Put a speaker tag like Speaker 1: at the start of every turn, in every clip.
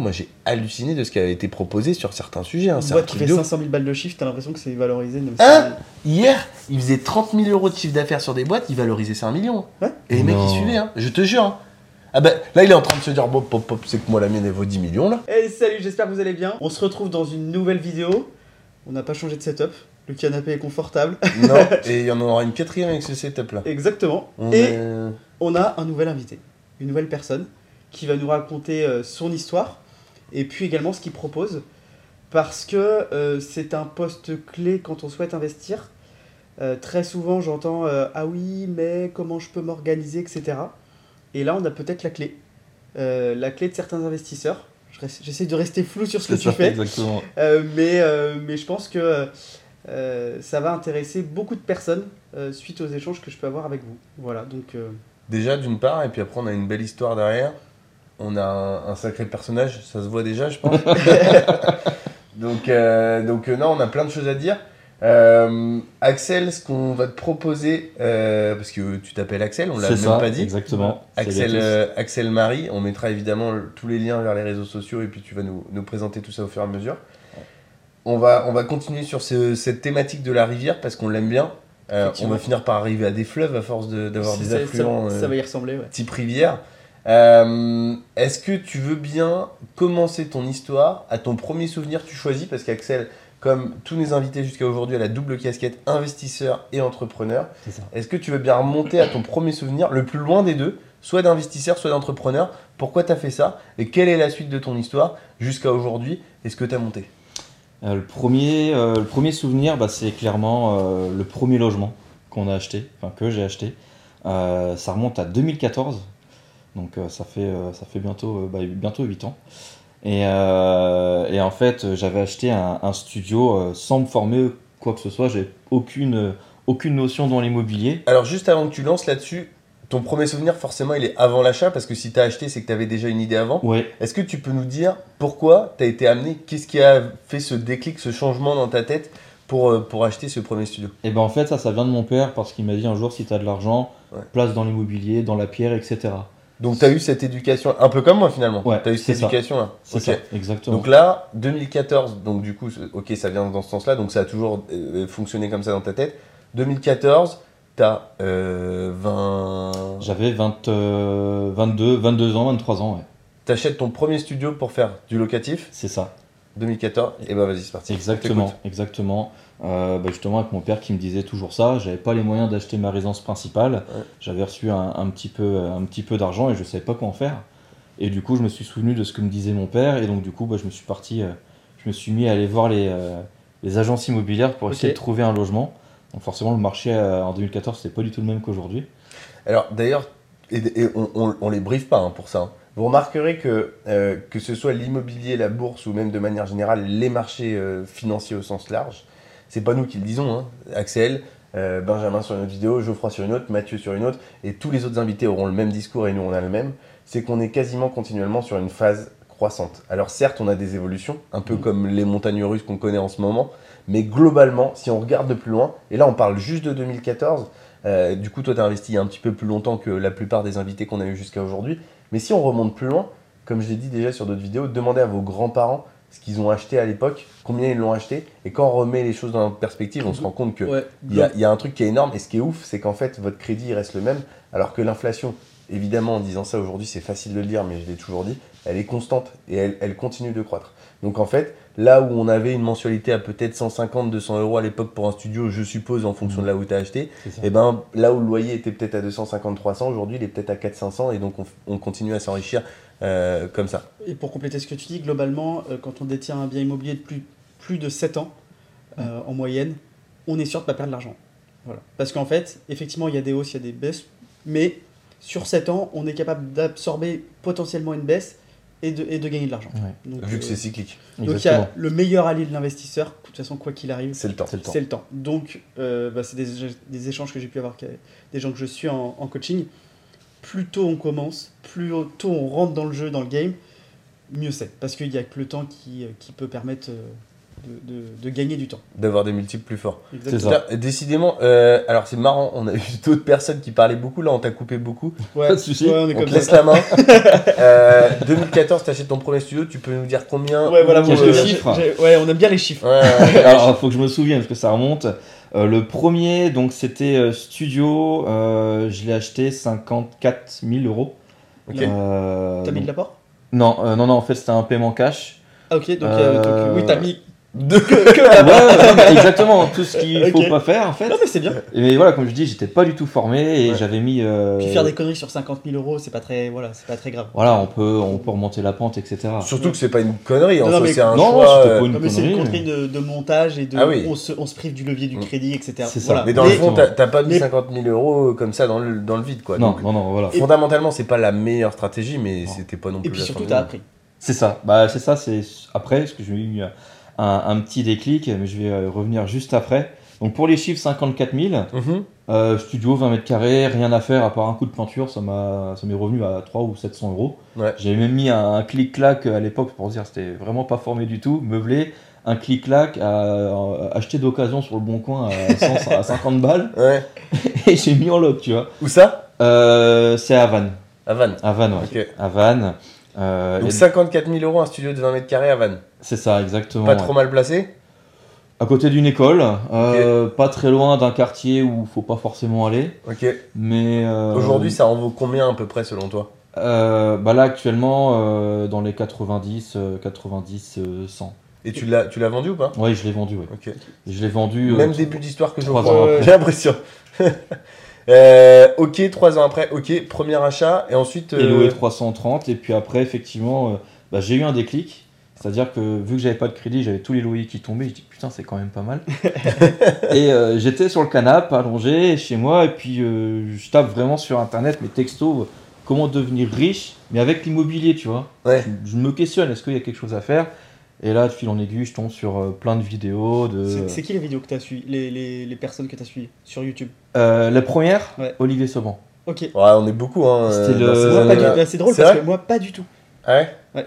Speaker 1: moi j'ai halluciné de ce qui avait été proposé sur certains sujets. hein.
Speaker 2: Une
Speaker 1: C'est un
Speaker 2: boîte qui
Speaker 1: truc
Speaker 2: fait
Speaker 1: de ouf.
Speaker 2: 500 000 balles de chiffre, t'as l'impression que c'est valorisé. mais
Speaker 1: Hein Hier, ils faisaient 30 000 euros de chiffre d'affaires sur des boîtes, ils valorisaient 5 millions.
Speaker 2: Ouais.
Speaker 1: Et les mecs,
Speaker 3: Non.
Speaker 1: ils suivaient, hein. je te jure. hein. Ah bah, là, il est en train de se dire, bon, pop, pop, c'est que moi, la mienne, elle vaut 10 millions, là.
Speaker 2: Hey, salut, j'espère que vous allez bien. On se retrouve dans une nouvelle vidéo. On n'a pas changé de setup. Le canapé est confortable.
Speaker 1: Non, et il y en aura une quatrième avec ce setup-là.
Speaker 2: Exactement.
Speaker 1: On
Speaker 2: Et
Speaker 1: est-
Speaker 2: on a un nouvel invité, une nouvelle personne qui va nous raconter euh, son histoire et puis également ce qu'il propose parce que euh, c'est un poste clé quand on souhaite investir. Euh, très souvent, j'entends euh, ah oui, mais comment je peux m'organiser, etc. Et là, on a peut-être la clé, Euh, la clé de certains investisseurs. Je reste- J'essaie de rester flou sur ce que
Speaker 1: C'est
Speaker 2: tu
Speaker 1: ça,
Speaker 2: fais.
Speaker 1: Exactement.
Speaker 2: Euh, mais, euh, mais je pense que euh, ça va intéresser beaucoup de personnes euh, suite aux échanges que je peux avoir avec vous. Voilà, donc euh,
Speaker 1: Déjà, d'une part, et puis après, on a une belle histoire derrière. On a un, un sacré personnage, ça se voit déjà, je pense. donc, euh, donc euh, non, on a plein de choses à dire. Euh, Axel, ce qu'on va te proposer, euh, parce que tu t'appelles Axel, on l'a
Speaker 3: C'est
Speaker 1: même
Speaker 3: ça,
Speaker 1: pas dit.
Speaker 3: Exactement.
Speaker 1: Axel,
Speaker 3: Salut à tous.
Speaker 1: euh, Axel Marie, on mettra évidemment le- tous les liens vers les réseaux sociaux et puis tu vas nous, nous présenter tout ça au fur et à mesure. On va, on va continuer sur ce- cette thématique de la rivière parce qu'on l'aime bien. Euh, on
Speaker 2: Effectivement.
Speaker 1: va finir par arriver à des fleuves à force de- d'avoir
Speaker 2: ça-
Speaker 1: des
Speaker 2: ça-
Speaker 1: affluents.
Speaker 2: ça,
Speaker 1: euh,
Speaker 2: va y ressembler, ouais.
Speaker 1: type rivière. Euh, Est-ce que tu veux bien commencer ton histoire à ton premier souvenir Tu choisis parce qu'Axel, comme tous mes invités jusqu'à aujourd'hui, a la double casquette investisseur et entrepreneur.
Speaker 3: C'est ça.
Speaker 1: Est-ce que tu veux bien remonter à ton premier souvenir, le plus loin des deux, soit d'investisseur, soit d'entrepreneur Pourquoi tu as fait ça Et quelle est la suite de ton histoire jusqu'à aujourd'hui Est-ce que tu as monté
Speaker 3: Euh, le, premier, euh, le premier souvenir, bah, c'est clairement euh, le premier logement qu'on a acheté, enfin que j'ai acheté. Euh, ça remonte à 2014, donc euh, ça fait, euh, ça fait bientôt, euh, bah, bientôt 8 ans. Et, euh, et en fait, euh, j'avais acheté un, un studio euh, sans me former quoi que ce soit, j'ai aucune, euh, aucune notion dans l'immobilier.
Speaker 1: Alors juste avant que tu lances là-dessus, ton premier souvenir forcément il est avant l'achat parce que si tu as acheté c'est que tu avais déjà une idée avant.
Speaker 3: Ouais,
Speaker 1: Est-ce que tu peux nous dire pourquoi tu as été amené Qu'est-ce qui a fait ce déclic, ce changement dans ta tête pour, euh, pour acheter ce premier studio
Speaker 3: Et ben en fait, ça, ça vient de mon père parce qu'il m'a dit un jour si t'as de l'argent,
Speaker 1: Ouais.
Speaker 3: place dans l'immobilier, dans la pierre, etc.
Speaker 1: Donc tu as eu cette éducation, un peu comme moi finalement.
Speaker 3: Ouais,
Speaker 1: tu as eu
Speaker 3: c'est
Speaker 1: cette
Speaker 3: ça.
Speaker 1: éducation là.
Speaker 3: C'est ça, exactement.
Speaker 1: Donc là, 2014, donc du coup, ce- ok, ça vient dans ce sens-là, donc ça a toujours euh, fonctionné comme ça dans ta tête. 2014, tu as euh, 20.
Speaker 3: J'avais 20, euh, 22, 22 ans, 23 ans, ouais.
Speaker 1: T'achètes ton premier studio pour faire du locatif,
Speaker 3: C'est ça.
Speaker 1: 2014, et ben vas-y, c'est parti.
Speaker 3: Exactement, exactement. Euh, bah, justement, avec mon père qui me disait toujours ça, j'avais pas les moyens d'acheter ma résidence principale.
Speaker 1: Ouais.
Speaker 3: J'avais reçu un, un petit peu, un petit peu d'argent et je savais pas quoi en faire. Et du coup, je me suis souvenu de ce que me disait mon père et donc du coup, bah, je me suis parti, euh, je me suis mis à aller voir les, euh, les agences immobilières pour essayer
Speaker 2: Ok.
Speaker 3: de trouver un logement. Donc forcément, le marché euh, en 2014, c'était pas du tout le même qu'aujourd'hui.
Speaker 1: Alors d'ailleurs, et, et on, on- on les briefe pas hein, pour ça. hein. Vous remarquerez que euh, que ce soit l'immobilier, la bourse ou même de manière générale les marchés euh, financiers au sens large, c'est pas nous qui le disons. hein. Axel, euh, Benjamin sur une autre vidéo, Geoffroy sur une autre, Mathieu sur une autre, et tous les autres invités auront le même discours et nous on a le même. C'est qu'on est quasiment continuellement sur une phase croissante. Alors certes, on a des évolutions, un peu
Speaker 3: Mhm.
Speaker 1: comme les montagnes russes qu'on connaît en ce moment, mais globalement, si on regarde de plus loin, et là on parle juste de 2014. Euh, du coup, toi, tu as investi un petit peu plus longtemps que la plupart des invités qu'on a eu jusqu'à aujourd'hui. Mais si on remonte plus loin, comme je l'ai dit déjà sur d'autres vidéos, demandez à vos grands-parents ce qu'ils ont acheté à l'époque, combien ils l'ont acheté. Et quand on remet les choses dans perspective, on se rend compte que
Speaker 2: Ouais, Bah,
Speaker 1: il y, a, il y a un truc qui est énorme et ce qui est ouf, c'est qu'en fait, votre crédit il reste le même, alors que l'inflation, évidemment, en disant ça aujourd'hui, c'est facile de le dire, mais je l'ai toujours dit, elle est constante et elle, elle continue de croître. Donc en fait, là où on avait une mensualité à peut-être 150, 200 euros à l'époque pour un studio, je suppose, en fonction de là où tu as acheté,
Speaker 3: C'est ça.
Speaker 1: et ben là où le loyer était peut-être à 250, 300, aujourd'hui il est peut-être à 400, 500 et donc on, f- on continue à s'enrichir euh, comme ça.
Speaker 2: Et pour compléter ce que tu dis, globalement, euh, quand on détient un bien immobilier de plus, plus de 7 ans,
Speaker 1: Mm.
Speaker 2: euh, en moyenne, on est sûr de ne pas perdre de l'argent. Voilà. Parce qu'en fait, effectivement, il y a des hausses, il y a des baisses, mais sur 7 ans, on est capable d'absorber potentiellement une baisse et de, et de gagner de l'argent.
Speaker 3: Ouais.
Speaker 2: Donc,
Speaker 1: Vu que
Speaker 2: euh,
Speaker 1: c'est cyclique,
Speaker 2: donc il y
Speaker 3: Exactement.
Speaker 2: a le meilleur allié de l'investisseur, de toute façon, quoi qu'il arrive,
Speaker 1: c'est le temps.
Speaker 3: C'est le temps.
Speaker 2: C'est le temps. Donc, euh, bah, c'est des, des échanges que j'ai pu avoir avec euh, des gens que je suis en, en coaching. Plus tôt on commence, plus tôt on rentre dans le jeu, dans le game, mieux c'est. Parce qu'il n'y a que le temps qui, qui peut permettre euh, de, de- de gagner du temps.
Speaker 1: d'avoir des multiples plus forts.
Speaker 3: C'est ça.
Speaker 1: Putain, décidément, euh, alors c'est marrant, on a eu d'autres personnes qui parlaient beaucoup, là on t'a coupé beaucoup.
Speaker 2: Ouais,
Speaker 3: Pas de souci.
Speaker 2: ouais, on est
Speaker 1: On
Speaker 2: comme
Speaker 1: te laisse
Speaker 2: ça.
Speaker 1: la main. Euh, 2014, t'achètes ton premier studio, tu peux nous dire combien
Speaker 2: Ouais, voilà,
Speaker 1: où,
Speaker 2: moi,
Speaker 3: Quelques
Speaker 1: euh,
Speaker 2: j'ai-
Speaker 3: chiffres.
Speaker 2: j'ai- Ouais, on aime bien les chiffres.
Speaker 1: ouais, ouais, ouais.
Speaker 3: Alors, faut que je me souvienne parce que ça remonte. Euh, le premier, donc c'était euh, Studio, euh, je l'ai acheté 54 000 euros.
Speaker 1: Ok.
Speaker 3: Euh,
Speaker 2: T'as mis de
Speaker 3: donc-
Speaker 2: l'apport
Speaker 3: Non, euh, non, non, en fait c'était un paiement cash.
Speaker 2: Ah, ok, donc, euh,
Speaker 3: Euh,
Speaker 2: donc, oui, t'as mis.
Speaker 1: Deux.
Speaker 2: Que, que
Speaker 3: Ouais,
Speaker 2: là-bas.
Speaker 3: ouais, ouais, exactement, tout ce qu'il
Speaker 2: Ok.
Speaker 3: faut pas faire en fait.
Speaker 2: Non, mais c'est bien.
Speaker 3: Et voilà, comme je dis, j'étais pas du tout formé et
Speaker 1: Ouais.
Speaker 3: j'avais mis. euh,
Speaker 2: Puis faire des conneries sur 50 000 euros, c'est pas très, voilà, c'est pas très grave.
Speaker 3: Voilà, on peut, on peut remonter la pente, etc.
Speaker 1: Surtout que c'est pas une connerie, en
Speaker 2: Non,
Speaker 1: soi,
Speaker 2: mais-
Speaker 1: c'est un
Speaker 3: Non,
Speaker 1: choix.
Speaker 3: c'était pas
Speaker 1: euh,
Speaker 3: une
Speaker 2: Non, mais c'est une
Speaker 3: connerie,
Speaker 2: connerie de, de montage et de.
Speaker 1: Ah oui.
Speaker 2: on, se, on se prive du levier du
Speaker 1: Mm.
Speaker 2: crédit, etc.
Speaker 3: C'est ça.
Speaker 2: Voilà.
Speaker 1: Mais dans le
Speaker 2: Mais-
Speaker 1: fond, t'as t'as pas mis
Speaker 2: mais-
Speaker 1: 50 000 euros euh, comme ça dans le, dans le vide, quoi.
Speaker 3: Non,
Speaker 1: Donc,
Speaker 3: non, non, voilà.
Speaker 2: Et-
Speaker 1: fondamentalement, c'est pas la meilleure stratégie, mais
Speaker 3: Non.
Speaker 1: c'était pas non
Speaker 2: Et
Speaker 1: plus
Speaker 2: puis
Speaker 1: la
Speaker 2: surtout,
Speaker 1: fin du
Speaker 2: t'as
Speaker 1: monde.
Speaker 2: appris.
Speaker 3: C'est ça. Bah, c'est ça. C'est après parce que j'ai eu un, un petit déclic, mais je vais euh, revenir juste après. Donc pour les chiffres, 54 000.
Speaker 1: Mhm.
Speaker 3: euh, studio 20 mètres carrés, rien à faire à part un coup de peinture, ça m'a, ça m'est revenu à 3 ou 700 euros.
Speaker 1: Ouais.
Speaker 3: J'avais même mis un, un clic-clac euh, à l'époque pour dire que c'était vraiment pas formé du tout, meublé, un clic-clac à, à acheter d'occasion sur le bon coin à, 100 à 50 balles
Speaker 1: Ouais.
Speaker 3: et j'ai mis en lot, tu vois.
Speaker 1: Où ça
Speaker 3: Euh, c'est à Vannes,
Speaker 1: À Vannes.
Speaker 3: à Vannes, ouais.
Speaker 1: Ok.
Speaker 3: À Vannes. Euh,
Speaker 1: Donc
Speaker 3: et-
Speaker 1: 54 000 euros, un studio de 20 mètres carrés à Vannes.
Speaker 3: c'est ça, exactement.
Speaker 1: Pas
Speaker 3: ouais.
Speaker 1: trop mal placé
Speaker 3: À côté d'une école, euh, pas très loin d'un quartier où faut pas forcément aller.
Speaker 1: Ok.
Speaker 3: Mais euh,
Speaker 1: Aujourd'hui, ça en vaut combien à peu près selon toi
Speaker 3: euh, bah là actuellement euh, dans les 90, euh, 90, euh, 100.
Speaker 1: Et tu l'as tu l'as vendu ou pas
Speaker 3: Ouais, je l'ai vendu. Ouais.
Speaker 1: Ok.
Speaker 3: Je l'ai vendu. euh,
Speaker 1: Même début d'histoire que je
Speaker 3: trois
Speaker 1: crois.
Speaker 3: ans
Speaker 2: Ouais,
Speaker 3: après.
Speaker 1: J'ai l'impression. Euh, ok, trois ans après, ok, premier achat, et ensuite.
Speaker 3: Et
Speaker 1: euh,
Speaker 3: loué 330. Et puis après effectivement, euh, bah, j'ai eu un déclic. C'est-à-dire que vu que j'avais pas de crédit, j'avais tous les loyers qui tombaient. Je dis putain, c'est quand même pas mal. et euh, j'étais sur le canapé, allongé chez moi, et puis euh, je tape vraiment sur internet mes textos. euh, Comment devenir riche, mais avec l'immobilier, tu vois.
Speaker 1: Ouais.
Speaker 3: je me questionne, est-ce qu'il y a quelque chose à faire Et là, de fil en aiguille, je tombe sur euh, plein de vidéos. De...
Speaker 2: C'est- C'est qui les vidéos que t'as suivies les, les, les personnes que t'as suivies sur YouTube
Speaker 3: Euh, la première,
Speaker 2: Ouais.
Speaker 3: Olivier Sauban.
Speaker 2: Ok.
Speaker 1: Ouais, on est beaucoup, hein.
Speaker 3: C'était
Speaker 1: dans
Speaker 3: le-
Speaker 1: ces
Speaker 2: Moi, pas du-
Speaker 1: années-là.
Speaker 2: bah, C'est drôle
Speaker 1: C'est
Speaker 2: parce
Speaker 1: vrai
Speaker 2: que moi, pas du tout.
Speaker 1: Ah Ouais.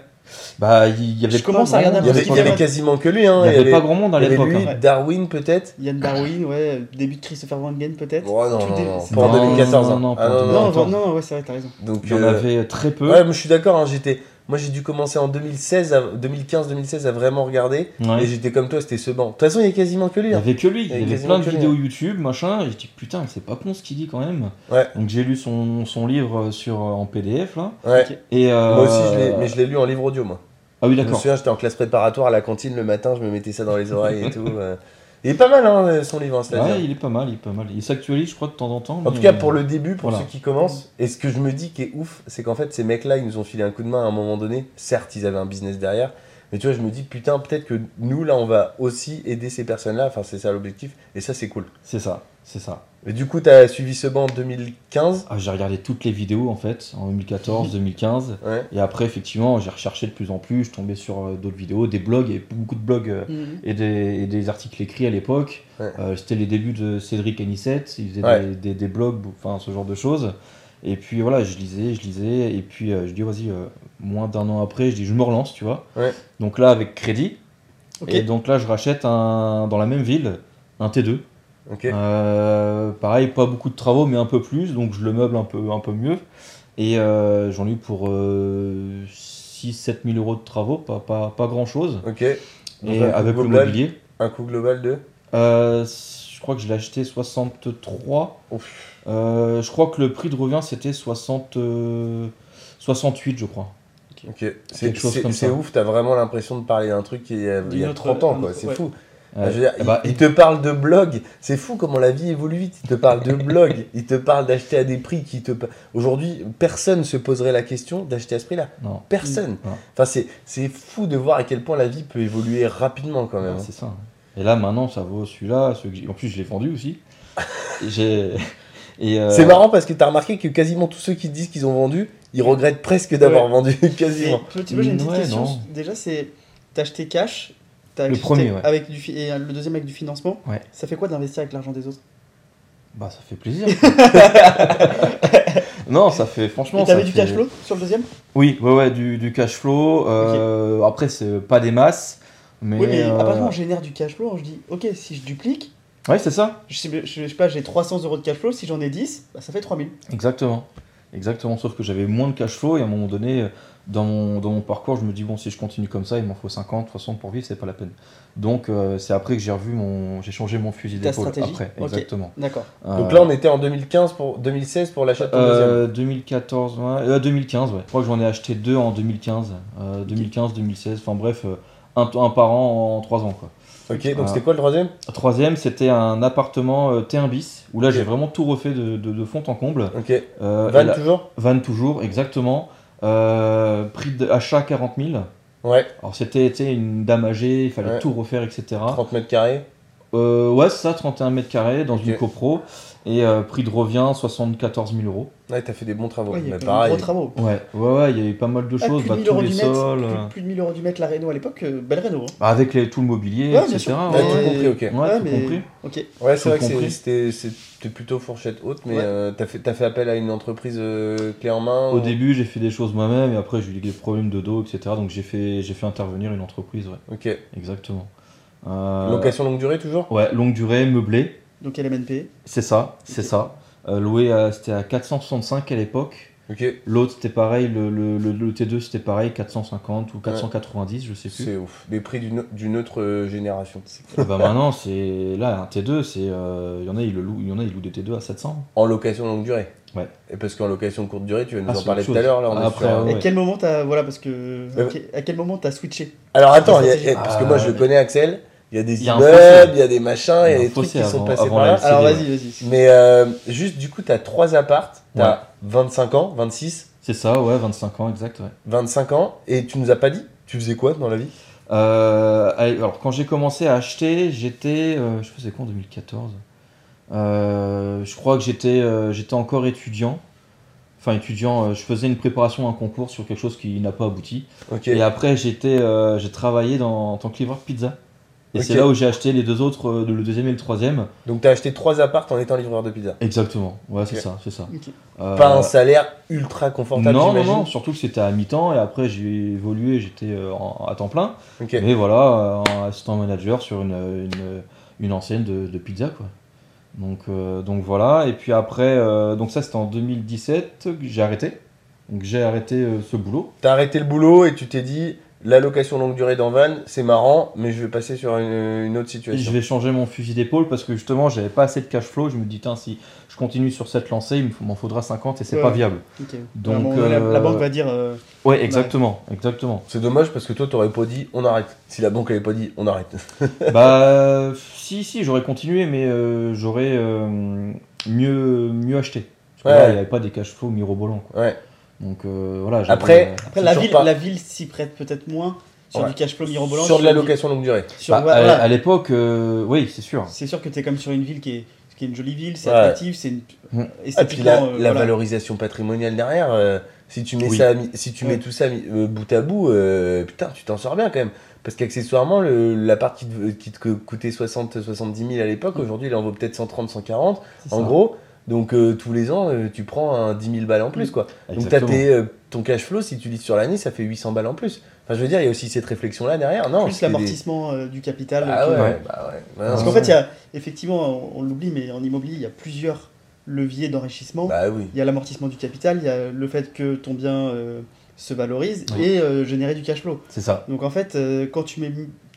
Speaker 3: Bah, il y avait
Speaker 2: Je commence
Speaker 3: pas
Speaker 2: à regarder
Speaker 1: Il y
Speaker 2: un
Speaker 3: grand monde
Speaker 1: avait,
Speaker 2: petit
Speaker 1: il y
Speaker 2: peu.
Speaker 1: avait quasiment que lui,
Speaker 3: Il
Speaker 1: hein.
Speaker 3: n'y avait pas grand monde à
Speaker 1: il y avait
Speaker 3: l'époque.
Speaker 1: lui,
Speaker 3: hein.
Speaker 2: hein.
Speaker 1: Darwin peut-être.
Speaker 2: Yann Darwin, ouais, début de Christopher Wangen peut-être.
Speaker 1: Oh, non,
Speaker 2: Tout
Speaker 1: non,
Speaker 2: dé-
Speaker 1: non,
Speaker 2: c'est-
Speaker 1: pas en
Speaker 3: Non,
Speaker 1: 2014.
Speaker 3: non,
Speaker 1: hein.
Speaker 3: non,
Speaker 1: Ah,
Speaker 3: pas en
Speaker 2: Non,
Speaker 3: Attends.
Speaker 2: non, non, ouais, c'est vrai, t'as raison.
Speaker 1: Donc,
Speaker 3: Il y en
Speaker 1: euh,
Speaker 3: avait très peu.
Speaker 1: Ouais, mais je suis d'accord, hein, j'étais. Moi j'ai dû commencer en 2016, à- 2015-2016 à vraiment regarder.
Speaker 3: Ouais.
Speaker 1: Et j'étais comme toi, c'était ce banc. De toute façon, il y a quasiment que
Speaker 3: Il
Speaker 1: lui.
Speaker 3: n'y
Speaker 1: hein.
Speaker 3: avait que lui, il y
Speaker 1: Il y avait
Speaker 3: avait
Speaker 1: quasiment
Speaker 3: plein de
Speaker 1: que lui,
Speaker 3: vidéos YouTube, machin. Et je dis putain, c'est pas con ce qu'il dit quand même.
Speaker 1: Ouais.
Speaker 3: Donc j'ai lu son, son livre euh, sur, en PDF là.
Speaker 1: Ouais.
Speaker 2: Ok.
Speaker 3: Et, euh,
Speaker 1: Moi aussi, je l'ai- mais je l'ai lu en livre audio, moi.
Speaker 3: Ah oui,
Speaker 1: Je me
Speaker 3: d'accord.
Speaker 1: souviens, j'étais en classe préparatoire à la cantine le matin, je me mettais ça dans les oreilles et tout. euh. Il est pas mal, hein, son livre, hein, c'est-à-dire.
Speaker 3: Ouais, il est pas mal, il est pas mal. Il s'actualise, je crois, de temps en temps.
Speaker 1: En
Speaker 3: mais- euh,
Speaker 1: tout cas, pour le début, pour
Speaker 3: Voilà.
Speaker 1: ceux qui commencent, et ce que je me dis qui est ouf, c'est qu'en fait, ces mecs-là, ils nous ont filé un coup de main à un moment donné. Certes, ils avaient un business derrière, mais tu vois, je me dis, putain, peut-être que nous, là, on va aussi aider ces personnes-là. Enfin, c'est ça l'objectif, et ça, c'est cool.
Speaker 3: C'est ça, c'est ça.
Speaker 1: Et du coup, t'as suivi ce banc en 2015.
Speaker 3: Ah, j'ai regardé toutes les vidéos en fait, en 2014, 2015.
Speaker 1: Ouais.
Speaker 3: Et après, effectivement, j'ai recherché de plus en plus, je tombais sur euh, d'autres vidéos, des blogs, et beaucoup de blogs euh,
Speaker 2: Mhm.
Speaker 3: et, des, et des articles écrits à l'époque.
Speaker 1: Ouais.
Speaker 3: Euh, C'était les débuts de Cédric Anissette, il faisait
Speaker 1: Ouais.
Speaker 3: des, des- des blogs, enfin ce genre de choses. Et puis voilà, je lisais, je lisais, et puis euh, je dis, vas-y, euh, moins d'un an après, je dis, je me relance, tu vois.
Speaker 1: Ouais.
Speaker 3: Donc là, avec crédit,
Speaker 2: Ok.
Speaker 3: et donc là, je rachète un, dans la même ville, un T2.
Speaker 1: Ok.
Speaker 3: Euh, pareil, pas beaucoup de travaux, mais un peu plus, donc je le meuble un peu, un peu mieux. Et euh, j'en ai eu pour euh, 6-7 000 euros de travaux, pas, pas, pas grand chose.
Speaker 1: Ok. Donc,
Speaker 3: Et
Speaker 1: un coût
Speaker 3: avec le
Speaker 1: global,
Speaker 3: mobilier,
Speaker 1: Un coût global de.
Speaker 3: euh, je crois que je l'ai acheté 63.
Speaker 1: Ouf.
Speaker 3: Euh, je crois que le prix de revient c'était 60, euh, 68, je crois.
Speaker 1: Ok. C'est-
Speaker 3: chose
Speaker 1: C'est
Speaker 3: comme
Speaker 1: c'est
Speaker 3: ça.
Speaker 1: ouf, t'as vraiment l'impression de parler d'un truc qui est, il y a
Speaker 2: D'une autre-
Speaker 1: 30 ans,
Speaker 2: un
Speaker 1: quoi.
Speaker 2: autre-
Speaker 1: C'est
Speaker 2: ouais.
Speaker 1: fou.
Speaker 3: Ouais.
Speaker 1: Ah, je veux dire,
Speaker 3: Eh bah,
Speaker 1: il, il te parle de blog, c'est fou comment la vie évolue vite. Il te parle de blog, il te parle d'acheter à des prix qui te. pa- Aujourd'hui, personne se poserait la question d'acheter à ce prix-là.
Speaker 3: Non.
Speaker 1: Personne.
Speaker 3: Non.
Speaker 1: Enfin, c'est, c'est fou de voir à quel point la vie peut évoluer rapidement
Speaker 2: Ah
Speaker 1: quand même.
Speaker 3: Ouais, c'est ça. hein. Et là maintenant ça vaut celui-là, celui que j'ai- en plus je l'ai vendu aussi. J'ai- Et, euh,
Speaker 1: C'est marrant parce que t'as remarqué que quasiment tous ceux qui disent qu'ils ont vendu, ils regrettent presque d'avoir
Speaker 2: Ouais.
Speaker 1: vendu,
Speaker 2: Et,
Speaker 1: quasiment.
Speaker 2: petit- moi, j'ai une petite
Speaker 3: Ouais,
Speaker 2: question.
Speaker 3: non.
Speaker 2: Déjà, c'est. T'as acheté cash. t'as
Speaker 3: Le
Speaker 2: acheté
Speaker 3: premier, ouais.
Speaker 2: Avec du fi- Et euh, le deuxième avec du financement.
Speaker 3: Ouais.
Speaker 2: Ça fait quoi d'investir avec l'argent des autres
Speaker 3: Bah ça fait plaisir. non, ça fait franchement.
Speaker 2: Et t'avais
Speaker 3: ça
Speaker 2: du
Speaker 3: fait-
Speaker 2: cash flow sur le deuxième
Speaker 3: Oui, ouais, ouais, du, du cash flow. euh, Après, c'est pas des masses. Mais,
Speaker 2: oui, mais à partir du
Speaker 3: euh,
Speaker 2: moment où on génère du cash flow, je dis, ok, si je duplique,
Speaker 3: ouais, c'est ça.
Speaker 2: je sais, je sais pas, j'ai 300 euros de cash flow, si j'en ai 10, bah, ça fait 3000.
Speaker 3: Exactement. Exactement, sauf que j'avais moins de cash flow et à un moment donné, dans mon, dans mon parcours, je me dis, bon, si je continue comme ça, il m'en faut 50, 60 pour vivre, c'est pas la peine. Donc, euh, c'est après que j'ai revu mon. J'ai changé mon fusil
Speaker 2: Ta
Speaker 3: d'épaule.
Speaker 2: stratégie
Speaker 3: Après,
Speaker 2: Ok.
Speaker 3: exactement.
Speaker 2: D'accord.
Speaker 1: Donc là, on était en 2015 pour 2016 pour l'achat de ton deuxième.
Speaker 3: Euh, 2014, ouais, euh, 2015, ouais. Je crois que j'en ai acheté deux en 2015. euh, 2015, 2016, enfin bref, euh, un, un par an en trois ans, quoi.
Speaker 1: Ok, donc
Speaker 3: Ah.
Speaker 1: c'était quoi le troisième
Speaker 3: Troisième, c'était un appartement euh, T1 bis, où là,
Speaker 1: Ok.
Speaker 3: j'ai vraiment tout refait de, de, de fond en comble.
Speaker 1: Ok.
Speaker 3: Euh, et
Speaker 1: Van
Speaker 3: là-
Speaker 1: toujours
Speaker 3: Van toujours, exactement. Euh, prix d'achat 40 000.
Speaker 1: Ouais,
Speaker 3: Alors c'était tu sais, une dame âgée, il fallait
Speaker 1: Ouais.
Speaker 3: tout refaire, etc.
Speaker 1: 30 mètres carrés.
Speaker 3: Euh, ouais, c'est ça, 31 mètres carrés dans une
Speaker 1: Ok.
Speaker 3: copro. Et euh, prix de revient 74 000 euros.
Speaker 1: Ouais, t'as fait des bons travaux.
Speaker 2: Ouais, il y a
Speaker 1: Mais
Speaker 2: eu
Speaker 1: pareil.
Speaker 2: gros travaux.
Speaker 3: Ouais, ouais, ouais, il y a eu pas mal de
Speaker 2: Ah,
Speaker 3: choses,
Speaker 2: plus de
Speaker 3: bah,
Speaker 2: 1000
Speaker 3: tous
Speaker 2: euros
Speaker 3: les
Speaker 2: du mètre,
Speaker 3: sols,
Speaker 2: plus-
Speaker 3: euh,
Speaker 2: plus de 1000 euros du mètre la réno à l'époque, euh, belle réno. hein.
Speaker 3: bah, avec les- tout le mobilier,
Speaker 2: Ouais, bien
Speaker 3: etc.
Speaker 2: sûr.
Speaker 1: Ouais,
Speaker 3: Ouais,
Speaker 1: tout
Speaker 2: Ouais.
Speaker 1: compris, ok.
Speaker 3: ouais, tout
Speaker 2: mais-
Speaker 3: compris.
Speaker 2: Ok.
Speaker 1: Ouais, c'est
Speaker 3: Tout
Speaker 1: vrai que c'est-
Speaker 3: compris.
Speaker 1: c'était c'était plutôt fourchette haute, mais
Speaker 2: Ouais.
Speaker 1: euh, t'as fait, t'as fait appel à une entreprise euh, clé en main
Speaker 3: Au
Speaker 1: ou-
Speaker 3: début, j'ai fait des choses moi-même et après, j'ai eu des problèmes de dos, etc. Donc j'ai fait, j'ai fait intervenir une entreprise, ouais,
Speaker 1: Ok.
Speaker 3: exactement. Euh,
Speaker 1: Location longue durée toujours
Speaker 3: Ouais, longue durée, meublée.
Speaker 2: Donc LMNP.
Speaker 3: C'est ça, c'est
Speaker 2: Ok.
Speaker 3: ça. Euh, loué, à- c'était à 465 à l'époque.
Speaker 1: Ok.
Speaker 3: L'autre, c'était pareil. Le, le- le- le T2, c'était pareil, 450 ou 490, je sais plus.
Speaker 1: C'est ouf. Les prix d'une d'une autre euh, génération.
Speaker 3: Et bah maintenant, c'est là un T2, c'est euh, il y en a, ils le louent, il y en a, ils louent des T2 à 700.
Speaker 1: En location longue durée.
Speaker 3: Ouais.
Speaker 1: Et parce qu'en location courte durée, tu vas nous
Speaker 3: Ah,
Speaker 1: en
Speaker 3: c'est
Speaker 1: parler
Speaker 3: autre
Speaker 1: tout à
Speaker 3: chose.
Speaker 1: l'heure. là, on est
Speaker 3: Après,
Speaker 1: sur un-
Speaker 3: ouais.
Speaker 2: À quel moment t'as. Voilà, parce que.
Speaker 1: Euh,
Speaker 2: à que- À quel moment t'as switché
Speaker 1: Alors attends, il y a-
Speaker 2: Ah,
Speaker 1: parce que moi je le
Speaker 3: ouais.
Speaker 1: connais Axel, il y a des
Speaker 3: Il y a un
Speaker 1: immeubles,
Speaker 3: fossé.
Speaker 1: il y a des machins, il y a
Speaker 3: Il y a
Speaker 1: des
Speaker 3: un
Speaker 1: trucs
Speaker 3: fossé
Speaker 1: qui sont
Speaker 3: avant-
Speaker 1: passés
Speaker 3: avant
Speaker 1: par là.
Speaker 3: la LCD.
Speaker 2: Alors
Speaker 3: ouais.
Speaker 2: vas-y, vas-y.
Speaker 1: Mais euh, juste du coup, t'as trois appartes, t'as
Speaker 3: Ouais.
Speaker 1: 25 ans, 26,
Speaker 3: C'est ça, ouais, 25 ans, exact. Ouais.
Speaker 1: 25 ans, et tu nous as pas dit Tu faisais quoi dans la vie
Speaker 3: Euh, allez, alors quand j'ai commencé à acheter, j'étais, euh, je faisais quoi en 2014 Euh, Je crois que j'étais, euh, j'étais encore étudiant. Enfin étudiant, euh, je faisais une préparation à un concours sur quelque chose qui n'a pas abouti.
Speaker 1: Ok.
Speaker 3: Et après, j'étais, euh, j'ai travaillé dans, en tant que livreur pizza. Et
Speaker 1: Ok.
Speaker 3: c'est là où j'ai acheté les deux autres, euh, le deuxième et le troisième.
Speaker 1: Donc t'as acheté trois appartes en étant livreur de pizza.
Speaker 3: Exactement. Ouais, c'est
Speaker 1: Ok.
Speaker 3: ça, c'est ça.
Speaker 2: Ok.
Speaker 3: Euh,
Speaker 1: Pas un salaire ultra confortable,
Speaker 3: non, non,
Speaker 1: j'imagine.
Speaker 3: non, surtout que c'était à mi-temps et après j'ai évolué, j'étais euh, en- à temps plein.
Speaker 1: Ok.
Speaker 3: Mais voilà, euh, en assistant manager sur une, une, une enseigne de, de pizza, quoi. Donc, euh, donc voilà, et puis après, euh, donc ça c'était en 2017 que j'ai arrêté. Donc j'ai arrêté euh, ce boulot.
Speaker 1: T'as arrêté le boulot et tu t'es dit, la location longue durée dans Van, c'est marrant, mais je vais passer sur une, une autre
Speaker 3: Et je
Speaker 1: situation.
Speaker 3: vais changer mon fusil d'épaule parce que justement, j'avais pas assez de cash flow. Je me dis, tiens, si je continue sur cette lancée, il me faut- m'en faudra 50 et c'est
Speaker 2: Ouais.
Speaker 3: pas viable.
Speaker 2: Ok.
Speaker 3: Donc,
Speaker 2: Vraiment, la,
Speaker 3: euh,
Speaker 2: la banque va dire. euh,
Speaker 3: Ouais, exactement, exactement.
Speaker 1: C'est dommage parce que toi, t'aurais pas dit, on arrête. Si la banque avait pas dit, on arrête.
Speaker 3: bah, si, si, j'aurais continué, mais euh, j'aurais euh, mieux, mieux acheté. Parce que
Speaker 1: Ouais.
Speaker 3: là, il n'y avait pas des cash flow mirobolants. Quoi.
Speaker 1: Ouais.
Speaker 3: Donc euh, voilà. j'avais-
Speaker 1: Après,
Speaker 2: Après,
Speaker 1: c'est
Speaker 2: la
Speaker 1: toujours
Speaker 2: ville,
Speaker 1: pas-
Speaker 2: la ville s'y prête peut-être moins sur
Speaker 1: Ouais.
Speaker 2: du cash flow mirobolant.
Speaker 1: sur de la
Speaker 2: du-
Speaker 1: location longue durée.
Speaker 2: sur-
Speaker 3: bah, à-
Speaker 2: voilà.
Speaker 3: à, l'époque, euh, oui, c'est sûr.
Speaker 2: C'est sûr que t'es comme sur une ville qui est, qui est une jolie ville, c'est
Speaker 1: Ouais.
Speaker 2: attractif, c'est une.
Speaker 3: Mm.
Speaker 1: Et puis la,
Speaker 2: esthétiquement, euh,
Speaker 1: la
Speaker 2: voilà.
Speaker 1: valorisation patrimoniale derrière, euh, si tu mets,
Speaker 3: Oui.
Speaker 1: ça, mis- si tu mets
Speaker 2: Ouais.
Speaker 1: tout ça mis- euh, bout à bout, euh, putain, tu t'en sors bien quand même. Parce qu'accessoirement, le- la partie de- qui te co- coûtait 60-70 000 à l'époque, aujourd'hui, il en vaut peut-être 130-140,
Speaker 3: C'est
Speaker 1: en
Speaker 3: ça.
Speaker 1: gros. Donc euh, tous les ans, euh, tu prends un 10 000 balles en plus. quoi. Donc t'as
Speaker 3: Exactement.
Speaker 1: tes, euh, ton cash flow, si tu lis sur l'année, ça fait 800 balles en plus. Enfin, je veux dire, il y a aussi cette réflexion-là derrière.
Speaker 3: Oh,
Speaker 1: Non,
Speaker 2: plus
Speaker 1: c'est des-
Speaker 2: l'amortissement euh, du capital.
Speaker 1: Ah
Speaker 2: que-
Speaker 1: ouais,
Speaker 3: Ouais.
Speaker 1: bah ouais.
Speaker 2: Parce
Speaker 1: Non,
Speaker 2: qu'en
Speaker 1: non.
Speaker 2: fait, il y a, effectivement, on, on l'oublie, mais en immobilier, il y a plusieurs leviers d'enrichissement.
Speaker 1: Bah oui.
Speaker 2: Il y a l'amortissement du capital, il y a le fait que ton bien euh, se valorise
Speaker 3: Ouais.
Speaker 2: et euh, générer du cash flow.
Speaker 3: C'est ça.
Speaker 2: Donc en fait, euh, quand tu mets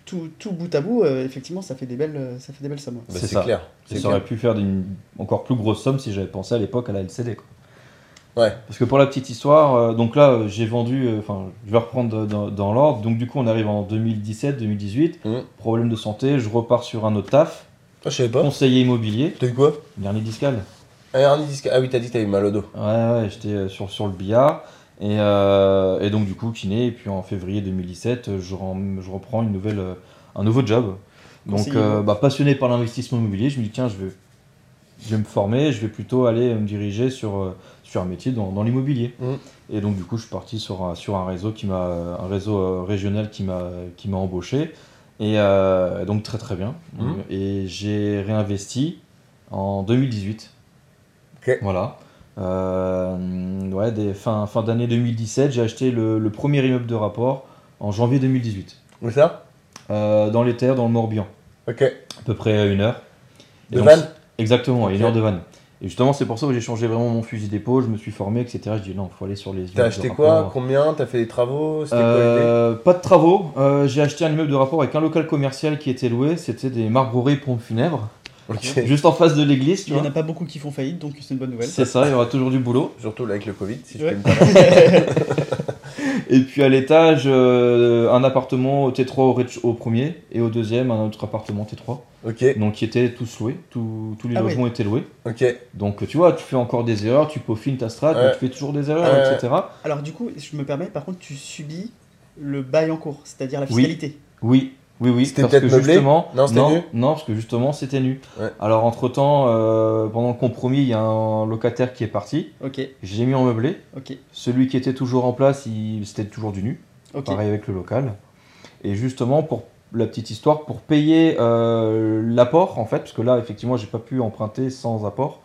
Speaker 2: tout, tout bout à bout, euh, effectivement, ça fait des belles, euh, ça fait des belles sommes.
Speaker 1: Bah, c'est
Speaker 3: C'est ça.
Speaker 1: clair. C'est
Speaker 3: Ça
Speaker 1: clair.
Speaker 3: aurait pu faire d'une encore plus grosse somme si j'avais pensé à l'époque à la LCD. Quoi.
Speaker 1: Ouais.
Speaker 3: Parce que pour la petite histoire, euh, donc là euh, j'ai vendu, euh, enfin je vais reprendre dans, dans l'ordre. Donc du coup on arrive en 2017-2018,
Speaker 1: Mhm.
Speaker 3: problème de santé, je repars sur un autre taf,
Speaker 1: Ah, je savais pas.
Speaker 3: conseiller immobilier,
Speaker 1: T'as eu quoi
Speaker 3: dernier discal.
Speaker 1: Ah, hernie discale. Ah oui, t'as dit que t'avais mal au dos.
Speaker 3: Ouais, ouais, j'étais euh, sur, sur le billard. Et, euh, et donc, du coup, kiné. Et puis en février 2017, euh, je, rem- je reprends une nouvelle, euh, un nouveau job. Donc,
Speaker 2: Conseiller.
Speaker 3: euh, bah, passionné par l'investissement immobilier, je me dis, tiens, je vais, je vais me former, je vais plutôt aller euh, me diriger sur, euh, sur un métier dans, dans l'immobilier.
Speaker 1: Mhm.
Speaker 3: Et donc, du coup, je suis parti sur un, sur un réseau, qui m'a, un réseau euh, régional qui m'a, qui m'a embauché. Et euh, donc, très très bien.
Speaker 1: Mhm.
Speaker 3: Et j'ai réinvesti en 2018.
Speaker 1: Ok.
Speaker 3: Voilà. Euh, ouais, des, fin, fin d'année 2017, j'ai acheté le, le premier immeuble de rapport en janvier 2018.
Speaker 1: Où ça
Speaker 3: euh, dans les terres, dans le Morbihan,
Speaker 1: Ok.
Speaker 3: à peu près à une heure. Et
Speaker 1: De
Speaker 3: donc,
Speaker 1: van
Speaker 3: Exactement, une
Speaker 1: Ok.
Speaker 3: heure de van. Et justement, c'est pour ça que j'ai changé vraiment mon fusil d'épaule, je me suis formé, etc. Je dis non, faut aller sur les.
Speaker 1: T'as
Speaker 3: images de
Speaker 1: acheté
Speaker 3: rapport.
Speaker 1: quoi Combien T'as fait des travaux C'était quoi l'idée
Speaker 3: Euh, Pas de travaux. Euh, j'ai acheté un immeuble de rapport avec un local commercial qui était loué. C'était des marbreries pompes funèbres,
Speaker 1: Ok.
Speaker 3: juste en face de l'église, tu
Speaker 2: Il n'y en
Speaker 3: vois.
Speaker 2: a pas beaucoup qui font faillite, donc c'est une bonne nouvelle.
Speaker 3: C'est ça, il y aura toujours du boulot.
Speaker 1: Surtout là avec le Covid, si
Speaker 2: Ouais.
Speaker 1: je peux me permettre.
Speaker 3: Et puis à l'étage, euh, un appartement T3 au, rez- au premier et au deuxième, un autre appartement T3.
Speaker 1: Ok,
Speaker 3: Donc qui étaient tous loués, tous- tous les
Speaker 2: Ah oui.
Speaker 3: logements étaient loués.
Speaker 1: ok.
Speaker 3: Donc tu vois, tu fais encore des erreurs, tu peaufines ta strat,
Speaker 1: Ouais.
Speaker 3: tu fais toujours des erreurs,
Speaker 1: Ouais.
Speaker 3: etc.
Speaker 2: Alors du coup, je me permets, par contre, tu subis le bail en cours, c'est-à-dire la
Speaker 3: Oui.
Speaker 2: fiscalité.
Speaker 3: Oui, oui, oui.
Speaker 1: C'était
Speaker 3: parce
Speaker 1: peut-être
Speaker 3: que
Speaker 1: meublé
Speaker 3: justement,
Speaker 1: Non, c'était nu
Speaker 3: non, parce que justement, c'était nu.
Speaker 1: Ouais.
Speaker 3: Alors entre temps, pendant le compromis, il y a un locataire qui est parti.
Speaker 2: Ok,
Speaker 3: J'ai mis en meublé.
Speaker 2: ok,
Speaker 3: Celui qui était toujours en place, il- c'était toujours du nu.
Speaker 2: ok.
Speaker 3: Pareil avec le local. Et justement, pour la petite histoire, pour payer euh, l'apport, en fait, parce que là, effectivement, j'ai pas pu emprunter sans apport.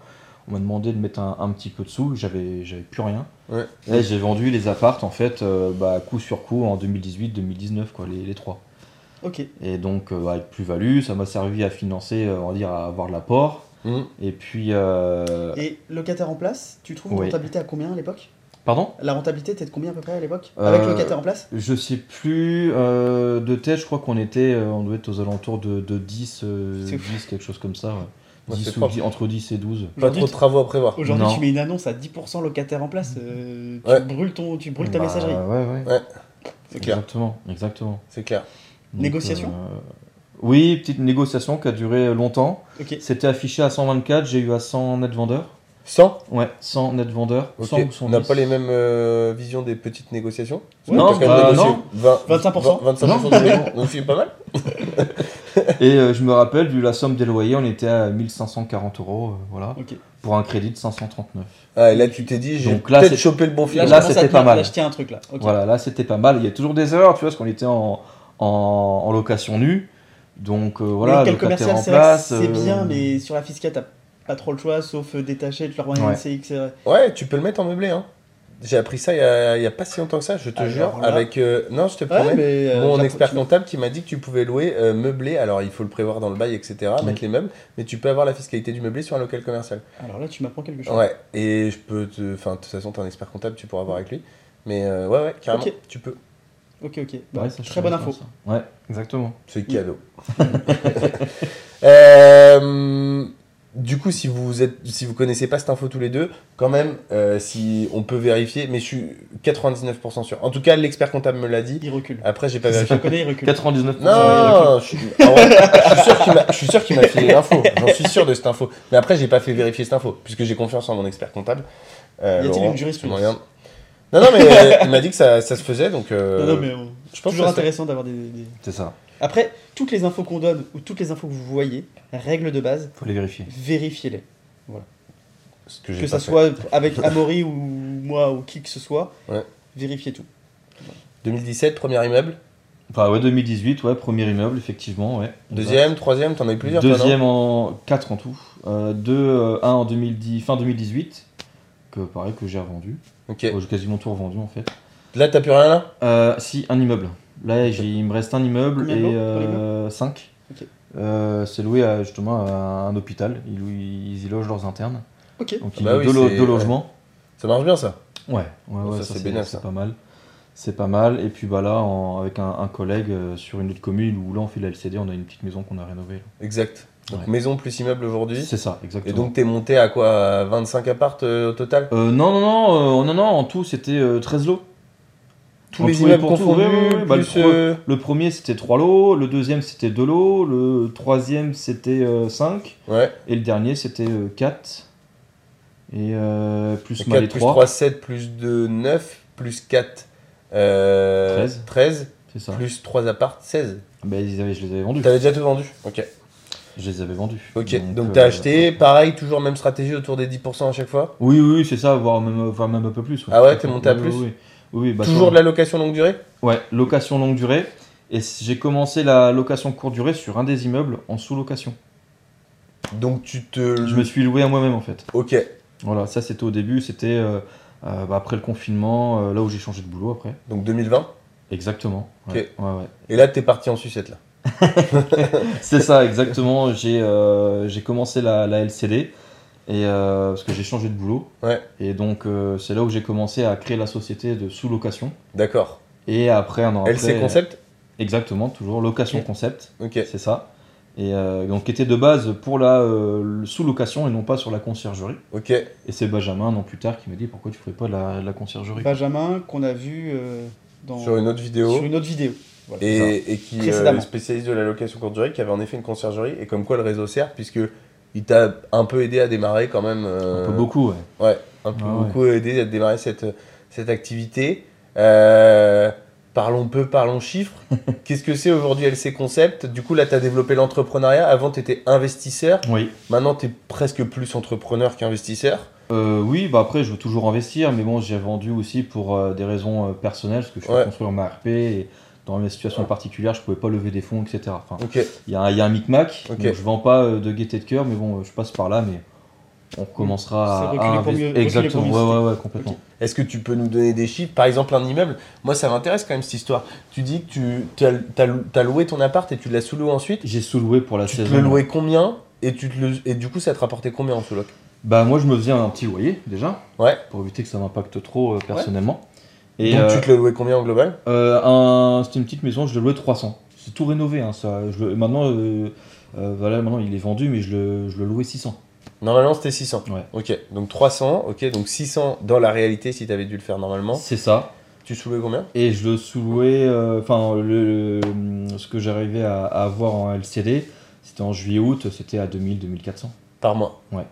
Speaker 3: On m'a demandé de mettre un, un petit peu de sous, j'avais j'avais plus rien.
Speaker 1: Ouais.
Speaker 3: Et j'ai vendu les appartes, en fait, euh, bah, coup sur coup en 2018-2019, quoi, les, les trois.
Speaker 2: Ok,
Speaker 3: Et donc, euh, avec plus-value, ça m'a servi à financer, euh, on va dire, à avoir de l'apport.
Speaker 1: Hmm.
Speaker 3: Et puis. euh,
Speaker 2: et locataire en place, tu trouves
Speaker 3: Oui.
Speaker 2: une rentabilité à combien à l'époque
Speaker 3: Pardon
Speaker 2: La rentabilité était de combien à peu près à l'époque
Speaker 3: Euh,
Speaker 2: Avec locataire en place
Speaker 3: Je sais plus euh, de tête, je crois qu'on était, euh, on doit être aux alentours de, de 10, euh,
Speaker 2: C'est fou.
Speaker 3: 10, quelque chose comme ça. ouais.
Speaker 1: Ouais,
Speaker 3: 10
Speaker 1: c'est
Speaker 3: ou
Speaker 1: propre.
Speaker 3: 10, entre 10 et 12.
Speaker 1: Pas trop de travaux à prévoir.
Speaker 2: Aujourd'hui,
Speaker 3: Non.
Speaker 2: tu mets une annonce à 10% locataire en place, euh, tu,
Speaker 1: Ouais.
Speaker 2: brûles ton, tu brûles ta
Speaker 3: Bah,
Speaker 2: messagerie.
Speaker 3: Ouais, ouais.
Speaker 1: Ouais. C'est clair.
Speaker 3: Exactement, exactement.
Speaker 1: C'est clair.
Speaker 3: Donc,
Speaker 2: Négociation
Speaker 3: euh, Oui, petite négociation qui a duré euh, longtemps.
Speaker 2: Ok,
Speaker 3: C'était affiché à 124, j'ai eu à 100 net vendeurs.
Speaker 1: 100
Speaker 3: Ouais, 100 net vendeurs.
Speaker 1: Ok.
Speaker 3: 100 ou 110.
Speaker 1: On n'a pas les mêmes euh, visions des petites négociations
Speaker 2: Ouais, euh,
Speaker 3: Non,
Speaker 1: T'as quand même
Speaker 3: bah,
Speaker 1: négocié
Speaker 3: non.
Speaker 1: 20,
Speaker 2: 25%.
Speaker 1: 25% de logements. Donc c'est pas mal.
Speaker 3: Et euh, je me rappelle, vu la somme des loyers, on était à 1540 euros, euh, voilà,
Speaker 2: ok.
Speaker 3: pour un crédit de 539.
Speaker 1: Ah, et là, tu t'es dit, j'ai
Speaker 3: Donc là,
Speaker 1: peut-être
Speaker 3: c'est-
Speaker 1: chopé le bon
Speaker 2: Là,
Speaker 1: film.
Speaker 2: je
Speaker 3: Là,
Speaker 2: commence à
Speaker 3: c'était
Speaker 2: te-
Speaker 3: pas mal.
Speaker 2: Là, je tiens un truc là. Ok.
Speaker 3: Voilà, là c'était pas mal. Il y a toujours des erreurs, tu vois, parce qu'on était en, en, en location nue. Donc euh,
Speaker 2: le
Speaker 3: voilà,
Speaker 2: local
Speaker 3: locataire
Speaker 2: commercial,
Speaker 3: en
Speaker 2: c'est vrai que
Speaker 3: place.
Speaker 2: c'est
Speaker 3: euh,
Speaker 2: bien, mais sur la fiscale, t'as pas trop le choix, sauf euh, détacher, de leur envoyer
Speaker 3: Ouais.
Speaker 2: une CX. euh,
Speaker 1: Ouais, tu peux le mettre en meublé. Hein. J'ai appris ça il y, a, il y a pas si longtemps que ça, je te
Speaker 2: Alors
Speaker 1: jure.
Speaker 2: là-
Speaker 1: Avec euh, Non, je te
Speaker 2: Ouais,
Speaker 1: promets.
Speaker 2: mais. euh,
Speaker 1: Mon
Speaker 2: j'appro-
Speaker 1: expert
Speaker 2: tu-
Speaker 1: comptable qui m'a dit que tu pouvais louer euh, meublé, alors il faut le prévoir dans le bail, etc.,
Speaker 3: Oui.
Speaker 1: mettre les meubles, mais tu peux avoir la fiscalité du meublé sur un local commercial.
Speaker 2: Alors là, tu m'apprends quelque chose.
Speaker 1: Ouais, et je peux te. Enfin, de toute façon, t'es un expert comptable, tu pourras voir avec lui. Mais euh, ouais, ouais, carrément,
Speaker 2: Ok.
Speaker 1: tu peux.
Speaker 2: Ok, ok. Bah,
Speaker 3: ouais, ça, je
Speaker 2: très
Speaker 3: savais
Speaker 2: bonne
Speaker 3: pas,
Speaker 2: info.
Speaker 3: ça. Ouais, exactement.
Speaker 1: C'est cadeau. Euh, du coup, si vous êtes, si vous connaissez pas cette info tous les deux, quand même, euh, si on peut vérifier, mais je suis 99% sûr. En tout cas, l'expert comptable me l'a dit.
Speaker 2: Il recule.
Speaker 1: Après, j'ai pas
Speaker 2: Je
Speaker 1: vérifié.
Speaker 2: le connais, il recule.
Speaker 3: 99%.
Speaker 1: Non, je suis, ah ouais, je suis sûr qu'il m'a- je suis sûr qu'il m'a filé l'info. J'en suis sûr de cette info. Mais après, j'ai pas fait vérifier cette info, puisque j'ai confiance en mon expert comptable. Euh,
Speaker 2: Y a-t-il
Speaker 1: Laurent,
Speaker 2: une jurisprudence
Speaker 1: tu me regardes. Non, non, mais euh, il m'a dit que ça, ça se faisait, donc. euh,
Speaker 2: Non, non, mais on-
Speaker 1: Je pense que
Speaker 2: toujours
Speaker 1: ça se fait.
Speaker 2: intéressant d'avoir des, des-
Speaker 3: C'est ça,
Speaker 2: Après, toutes les infos qu'on donne ou toutes les infos que vous voyez, règle de base,
Speaker 3: faut les vérifier.
Speaker 2: vérifiez-les.
Speaker 1: Ce que j'ai
Speaker 2: Que
Speaker 1: pas
Speaker 2: ça
Speaker 1: fait.
Speaker 2: soit avec Amaury ou moi ou qui que ce soit,
Speaker 1: Ouais.
Speaker 2: vérifiez tout.
Speaker 1: 2017, premier immeuble.
Speaker 3: Enfin, ouais, 2018, ouais, premier immeuble, effectivement, ouais.
Speaker 1: Deuxième, troisième, t'en as eu plusieurs. hein. toi, non
Speaker 3: Deuxième en 4 en tout. Euh, 2, 1 en 2010, fin 2018, que pareil, que j'ai revendu.
Speaker 1: Ok.
Speaker 3: Oh, j'ai quasiment tout revendu en fait.
Speaker 1: Là, t'as plus rien là
Speaker 3: Euh, si, un immeuble. Là, j'ai- il me reste un immeuble
Speaker 2: Combien de lots
Speaker 3: et
Speaker 2: pour
Speaker 3: 5.
Speaker 2: Ok.
Speaker 3: c'est loué à, justement à un hôpital. Ils, lou- ils y logent leurs internes.
Speaker 2: Ok.
Speaker 3: Donc,
Speaker 1: Ah
Speaker 3: ils
Speaker 1: bah
Speaker 3: ont
Speaker 1: oui,
Speaker 3: deux, lo-
Speaker 1: c'est-
Speaker 3: deux logements.
Speaker 1: Ça marche bien ça
Speaker 3: Ouais, ouais, ouais,
Speaker 1: ça,
Speaker 3: ça,
Speaker 1: c'est
Speaker 3: c'est-
Speaker 1: bénef, ça.
Speaker 3: c'est pas mal. C'est pas mal. Et puis bah, là, en- avec un, un collègue euh, sur une autre commune où là, on fait de la LCD, on a une petite maison qu'on a rénovée. là.
Speaker 1: Exact. Donc
Speaker 3: Ouais.
Speaker 1: maison plus immeuble aujourd'hui.
Speaker 3: C'est ça,
Speaker 1: Et
Speaker 3: exactement.
Speaker 1: donc t'es monté à quoi à 25 appartes euh, au total
Speaker 3: Euh, non, non, non, euh, non, non, en tout, c'était euh, 13 lots.
Speaker 1: Tous
Speaker 3: En
Speaker 1: les
Speaker 3: tout et
Speaker 1: immeubles
Speaker 3: pour tout,
Speaker 1: confondus
Speaker 3: ouais, ouais, ouais, bah, le
Speaker 1: plus,
Speaker 3: pro-
Speaker 1: euh,
Speaker 3: Le premier, c'était 3 lots. Le deuxième, c'était 2 lots. Le troisième, c'était euh, 5.
Speaker 1: Ouais.
Speaker 3: Et le dernier, c'était 4. Et euh, plus mal
Speaker 1: 4
Speaker 3: les
Speaker 1: plus
Speaker 3: 3.
Speaker 1: 3, 7 plus 2, 9 plus 4, euh,
Speaker 3: 13.
Speaker 1: 13
Speaker 3: C'est ça.
Speaker 1: plus 3 appartes, 16.
Speaker 3: Ben, ils avaient- je les avais vendus.
Speaker 1: T'avais déjà tout vendu Ok.
Speaker 3: Je les avais vendus.
Speaker 1: Ok. Donc, t'as
Speaker 3: euh,
Speaker 1: acheté, pareil, toujours même stratégie autour des 10% à chaque fois
Speaker 3: Oui, oui, oui, c'est ça, voire même, voire même un peu plus.
Speaker 1: Ah ouais, t'es monté à
Speaker 3: Oui,
Speaker 1: plus
Speaker 3: Oui, oui. Oui, oui, bah,
Speaker 1: Toujours
Speaker 3: sur-
Speaker 1: de la location longue durée
Speaker 3: Ouais, location longue durée. Et c- j'ai commencé la location courte durée sur un des immeubles en sous-location.
Speaker 1: Donc tu te.
Speaker 3: Je me suis loué à moi-même en fait.
Speaker 1: Ok.
Speaker 3: Voilà, ça c'était au début, c'était euh, euh, bah, après le confinement, euh, là où j'ai changé de boulot après.
Speaker 1: Donc 2020.
Speaker 3: Exactement. Ouais, ouais, ouais.
Speaker 1: Et là t'es parti en sucette là.
Speaker 3: C'est ça, exactement. J'ai euh, j'ai commencé la, la LCD et, euh, parce que j'ai changé de boulot.
Speaker 1: Ouais.
Speaker 3: Et donc, euh, c'est là où j'ai commencé à créer la société de sous-location.
Speaker 1: D'accord.
Speaker 3: Et après, un an après. euh,
Speaker 1: LC Concept
Speaker 3: Exactement, toujours location
Speaker 1: Ok.
Speaker 3: concept,
Speaker 1: Ok.
Speaker 3: c'est ça. Et euh, donc, qui était de base pour la euh, le sous-location et non pas sur la conciergerie.
Speaker 1: Ok.
Speaker 3: Et c'est Benjamin, non plus tard, qui me dit pourquoi tu ferais pas de la, de la conciergerie.
Speaker 2: Benjamin, qu'on a vu euh, dans...
Speaker 1: Sur une autre vidéo.
Speaker 2: sur une autre vidéo. Voilà, c'est ça.
Speaker 1: et, et qui est
Speaker 2: Précédemment.
Speaker 1: spécialiste de la location courte durée, qui avait en effet une conciergerie, et comme quoi le réseau sert, puisque il t'a un peu aidé à démarrer quand même. euh,
Speaker 3: Un peu beaucoup, ouais.
Speaker 1: un peu
Speaker 3: Ah ouais.
Speaker 1: beaucoup aidé à démarrer cette, cette activité. Euh, parlons peu, parlons chiffres. Qu'est-ce que c'est aujourd'hui LC Concept Du coup, là, tu as développé l'entrepreneuriat. Avant, tu étais investisseur.
Speaker 3: Oui.
Speaker 1: Maintenant, tu es presque plus entrepreneur qu'investisseur.
Speaker 3: Euh, oui, bah après, je veux toujours investir, mais bon, j'ai vendu aussi pour euh, des raisons euh, personnelles, parce que je suis
Speaker 1: Ouais.
Speaker 3: construire ma RP et dans mes situations particulières, je pouvais pas lever des fonds, etc. Enfin,
Speaker 1: Ok,
Speaker 3: il y a, un- il y a un micmac.
Speaker 1: Ok.
Speaker 3: donc je vends pas euh, de gaieté de cœur, mais bon, euh, je passe par là, mais on commencera
Speaker 2: C'est
Speaker 3: à,
Speaker 2: reculer
Speaker 3: à
Speaker 2: pour
Speaker 3: investi-
Speaker 2: mieux- reculer
Speaker 3: Exactement,
Speaker 2: pour mieux
Speaker 3: ouais, ouais, ouais, complètement.
Speaker 1: Est-ce que tu peux nous donner des chiffres Par exemple, un immeuble, moi ça m'intéresse quand même cette histoire. Tu dis que tu as, loué ton appart et tu l'as sous loué ensuite.
Speaker 3: J'ai sous-loué pour la
Speaker 1: Tu te
Speaker 3: saison.
Speaker 1: le louais combien et, tu te le, et du coup, ça te rapportait combien en sous-loc
Speaker 3: Bah, moi, je me faisais un petit loyer, déjà,
Speaker 1: Ouais.
Speaker 3: pour éviter que ça m'impacte trop euh, personnellement. Et
Speaker 1: Donc,
Speaker 3: euh,
Speaker 1: tu te le louais combien en global
Speaker 3: Euh, un- C'était une petite maison, je le louais 300. C'est tout rénové, hein, ça. Je le- Maintenant, euh, euh, voilà, maintenant il est vendu, mais je le, je le louais 600.
Speaker 1: Normalement, c'était 600.
Speaker 3: Ouais.
Speaker 1: Ok, donc 300, ok, donc 600 dans la réalité si t'avais dû le faire normalement.
Speaker 3: C'est ça.
Speaker 1: Tu soulevais combien
Speaker 3: Et je le sous-louais, euh, enfin, le, le- ce que j'arrivais à, à avoir en LCD, c'était en juillet-août, c'était à 2000-2400.
Speaker 1: Par mois
Speaker 3: Ouais.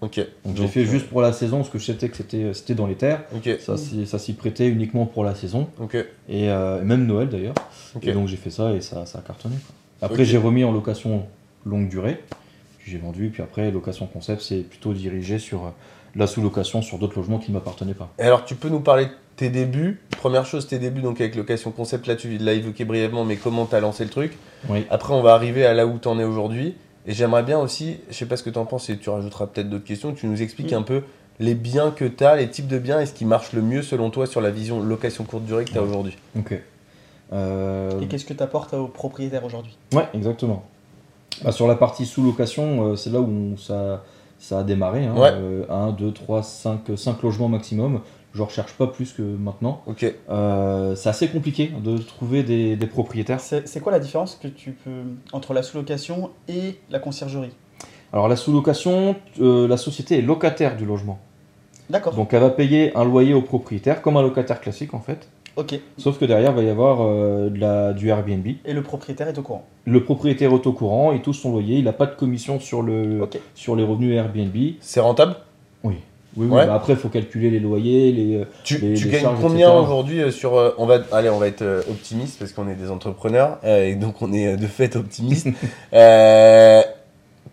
Speaker 1: Ok,
Speaker 3: Donc, j'ai
Speaker 1: Donc,
Speaker 3: fait
Speaker 1: euh,
Speaker 3: juste pour la saison, parce que je savais que c'était euh, c'était dans les terres.
Speaker 1: ok,
Speaker 3: Ça s'y ça s'y prêtait uniquement pour la saison,
Speaker 1: ok,
Speaker 3: et euh, même Noël d'ailleurs.
Speaker 1: ok.
Speaker 3: Et donc j'ai fait ça et ça, ça a cartonné. quoi. Après
Speaker 1: Ok.
Speaker 3: j'ai remis en location longue durée, puis j'ai vendu, puis après location concept c'est plutôt dirigé sur euh, la sous-location sur d'autres logements qui ne m'appartenaient pas.
Speaker 1: Et Alors, tu peux nous parler de tes débuts Première chose, tes débuts donc avec Location Concept, là tu l'as évoqué brièvement, mais comment t'as lancé le truc
Speaker 3: Oui.
Speaker 1: Après, on va arriver à là où t'en es aujourd'hui. Et j'aimerais bien aussi, je sais pas ce que t'en penses et tu rajouteras peut-être d'autres questions, que tu nous expliques
Speaker 2: Mm.
Speaker 1: un peu les biens que t'as, les types de biens et ce qui marche le mieux selon toi sur la vision location courte durée que t'as
Speaker 3: Ouais.
Speaker 1: aujourd'hui.
Speaker 3: Ok. Euh,
Speaker 2: Et qu'est-ce que t'apportes aux propriétaires aujourd'hui
Speaker 3: Ouais, exactement. Bah, sur la partie sous-location, euh, c'est là où on- ça, ça a démarré. hein. Euh,
Speaker 1: Ouais.
Speaker 3: 1, 2, 3, 5, 5 logements maximum. Je recherche pas plus que maintenant.
Speaker 1: Ok.
Speaker 3: Euh, c'est assez compliqué de trouver des, des propriétaires.
Speaker 2: C'est c'est quoi la différence que tu peux entre la sous-location et la conciergerie
Speaker 3: Alors la sous-location, euh, la société est locataire du logement.
Speaker 2: D'accord.
Speaker 3: Donc elle va payer un loyer au propriétaire, comme un locataire classique en fait.
Speaker 2: Ok.
Speaker 3: Sauf que derrière, il va y avoir euh, de la, du Airbnb.
Speaker 2: Et le propriétaire est au courant.
Speaker 3: Le propriétaire est au courant, il touche son loyer, il n'a pas de commission sur, le,
Speaker 2: Ok.
Speaker 3: sur les revenus Airbnb. Oui,
Speaker 1: C'est rentable
Speaker 3: oui,
Speaker 1: Ouais.
Speaker 3: bah après, il faut calculer les loyers. Les... euh,
Speaker 1: Tu,
Speaker 3: les-
Speaker 1: tu
Speaker 3: les
Speaker 1: gagnes
Speaker 3: charges,
Speaker 1: combien
Speaker 3: etc.
Speaker 1: aujourd'hui euh, sur euh, on va allez on va être euh, optimiste parce qu'on est des entrepreneurs euh, et donc on est euh, de fait optimiste. Euh,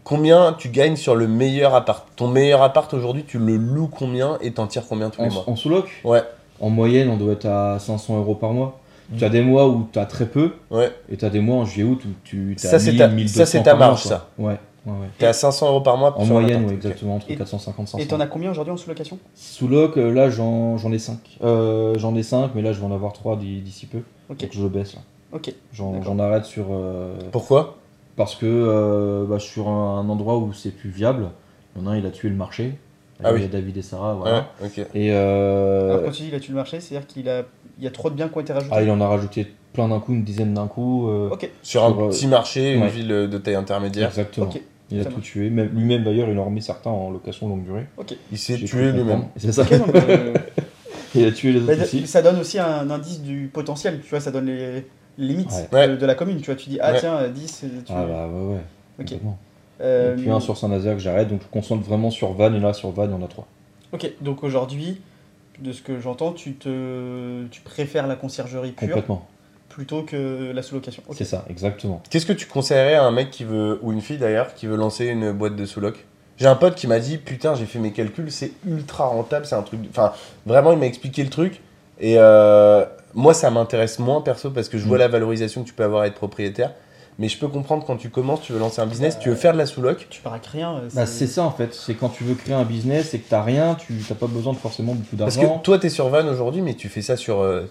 Speaker 1: combien tu gagnes sur le meilleur appart Ton meilleur appart aujourd'hui, tu le loues combien et t'en tires combien tous
Speaker 3: En,
Speaker 1: les mois
Speaker 3: en sous-loc
Speaker 1: Ouais. Mmh.
Speaker 3: En moyenne, on doit être à 500 euros par mois. Tu as des mois où tu as très peu,
Speaker 1: Ouais.
Speaker 3: et tu as des mois en juillet-août où tu as
Speaker 1: Ça, c'est ta- ça, c'est ta marge, ça.
Speaker 3: Ouais, ouais, ouais.
Speaker 1: T'es à 500 euros par mois
Speaker 3: En
Speaker 1: sur
Speaker 3: moyenne,
Speaker 1: l'appart.
Speaker 3: ouais, exactement, entre
Speaker 2: Et-
Speaker 3: 450 500.
Speaker 2: Et t'en as combien aujourd'hui en sous-location
Speaker 3: Sous loc, euh, là j'en j'en ai 5. j'en ai 5, mais là je vais en avoir 3 d'ici peu.
Speaker 2: Ok.
Speaker 3: Donc je le baisse. là.
Speaker 2: Ok.
Speaker 1: Euh,
Speaker 3: J'en
Speaker 2: D'accord.
Speaker 3: j'en arrête sur. euh,
Speaker 1: Pourquoi
Speaker 3: parce que euh, bah, je suis sur un, un endroit où c'est plus viable. Il y en a un, il a tué le marché.
Speaker 1: Ah
Speaker 3: Il y a
Speaker 1: oui.
Speaker 3: David et Sarah, voilà.
Speaker 1: Ouais, ok.
Speaker 3: Et. euh,
Speaker 2: Alors quand tu dis il a tué le marché, c'est-à-dire qu'il a, il y a trop de biens qui ont été rajoutés.
Speaker 3: ah, il en a rajouté plein d'un coup, une dizaine d'un coup. euh,
Speaker 2: Ok.
Speaker 1: Sur un
Speaker 3: sur, euh,
Speaker 1: petit marché, une
Speaker 3: ouais.
Speaker 1: ville euh, de taille intermédiaire,
Speaker 3: Exactement.
Speaker 2: Ok.
Speaker 3: Il a
Speaker 2: Ça
Speaker 3: tout tué. Même- Lui-même d'ailleurs, il en remet certains en location longue durée.
Speaker 1: il s'est
Speaker 3: J'ai
Speaker 1: tué
Speaker 3: cru
Speaker 1: lui-même.
Speaker 3: comprendre. C'est ça.
Speaker 2: Ok, non, mais, euh,
Speaker 3: il a tué les
Speaker 2: mais
Speaker 3: autres aussi.
Speaker 2: Bah, ça donne aussi un indice du potentiel. Tu vois, ça donne les les limites
Speaker 3: Ouais.
Speaker 2: de-
Speaker 1: Ouais.
Speaker 2: De, la commune. Tu vois, tu dis ah
Speaker 1: Ouais.
Speaker 2: tiens 10. et Tu...
Speaker 3: Ah bah ouais, ouais. complètement.
Speaker 2: Euh,
Speaker 3: Et puis un sur Saint-Nazaire que j'arrête, donc je concentre vraiment sur Vannes, et là sur Vannes, il y en a 3.
Speaker 2: Ok, donc aujourd'hui, de ce que j'entends, tu, te... tu préfères la conciergerie pure
Speaker 3: Complètement.
Speaker 2: plutôt que la sous-location. Ok.
Speaker 3: C'est ça, exactement.
Speaker 1: Qu'est-ce que tu conseillerais à un mec qui veut, ou une fille d'ailleurs, qui veut lancer une boîte de sous-loc J'ai un pote qui m'a dit Putain, j'ai fait mes calculs, c'est ultra rentable, c'est un truc. de- Enfin, vraiment, il m'a expliqué le truc. Et euh, moi, ça m'intéresse moins perso parce que je vois
Speaker 3: Mm.
Speaker 1: la valorisation que tu peux avoir à être propriétaire. Mais je peux comprendre quand tu commences, tu veux lancer un business, tu veux faire de la sous-loc.
Speaker 2: Tu pars avec rien. euh,
Speaker 3: Bah,
Speaker 2: c'est-
Speaker 3: c'est ça en fait, c'est quand tu veux créer un business et que t'as rien, tu t'as pas besoin de forcément beaucoup
Speaker 1: Parce que
Speaker 3: d'argent.
Speaker 1: toi, t'es sur Vannes aujourd'hui, mais tu fais ça sur, euh,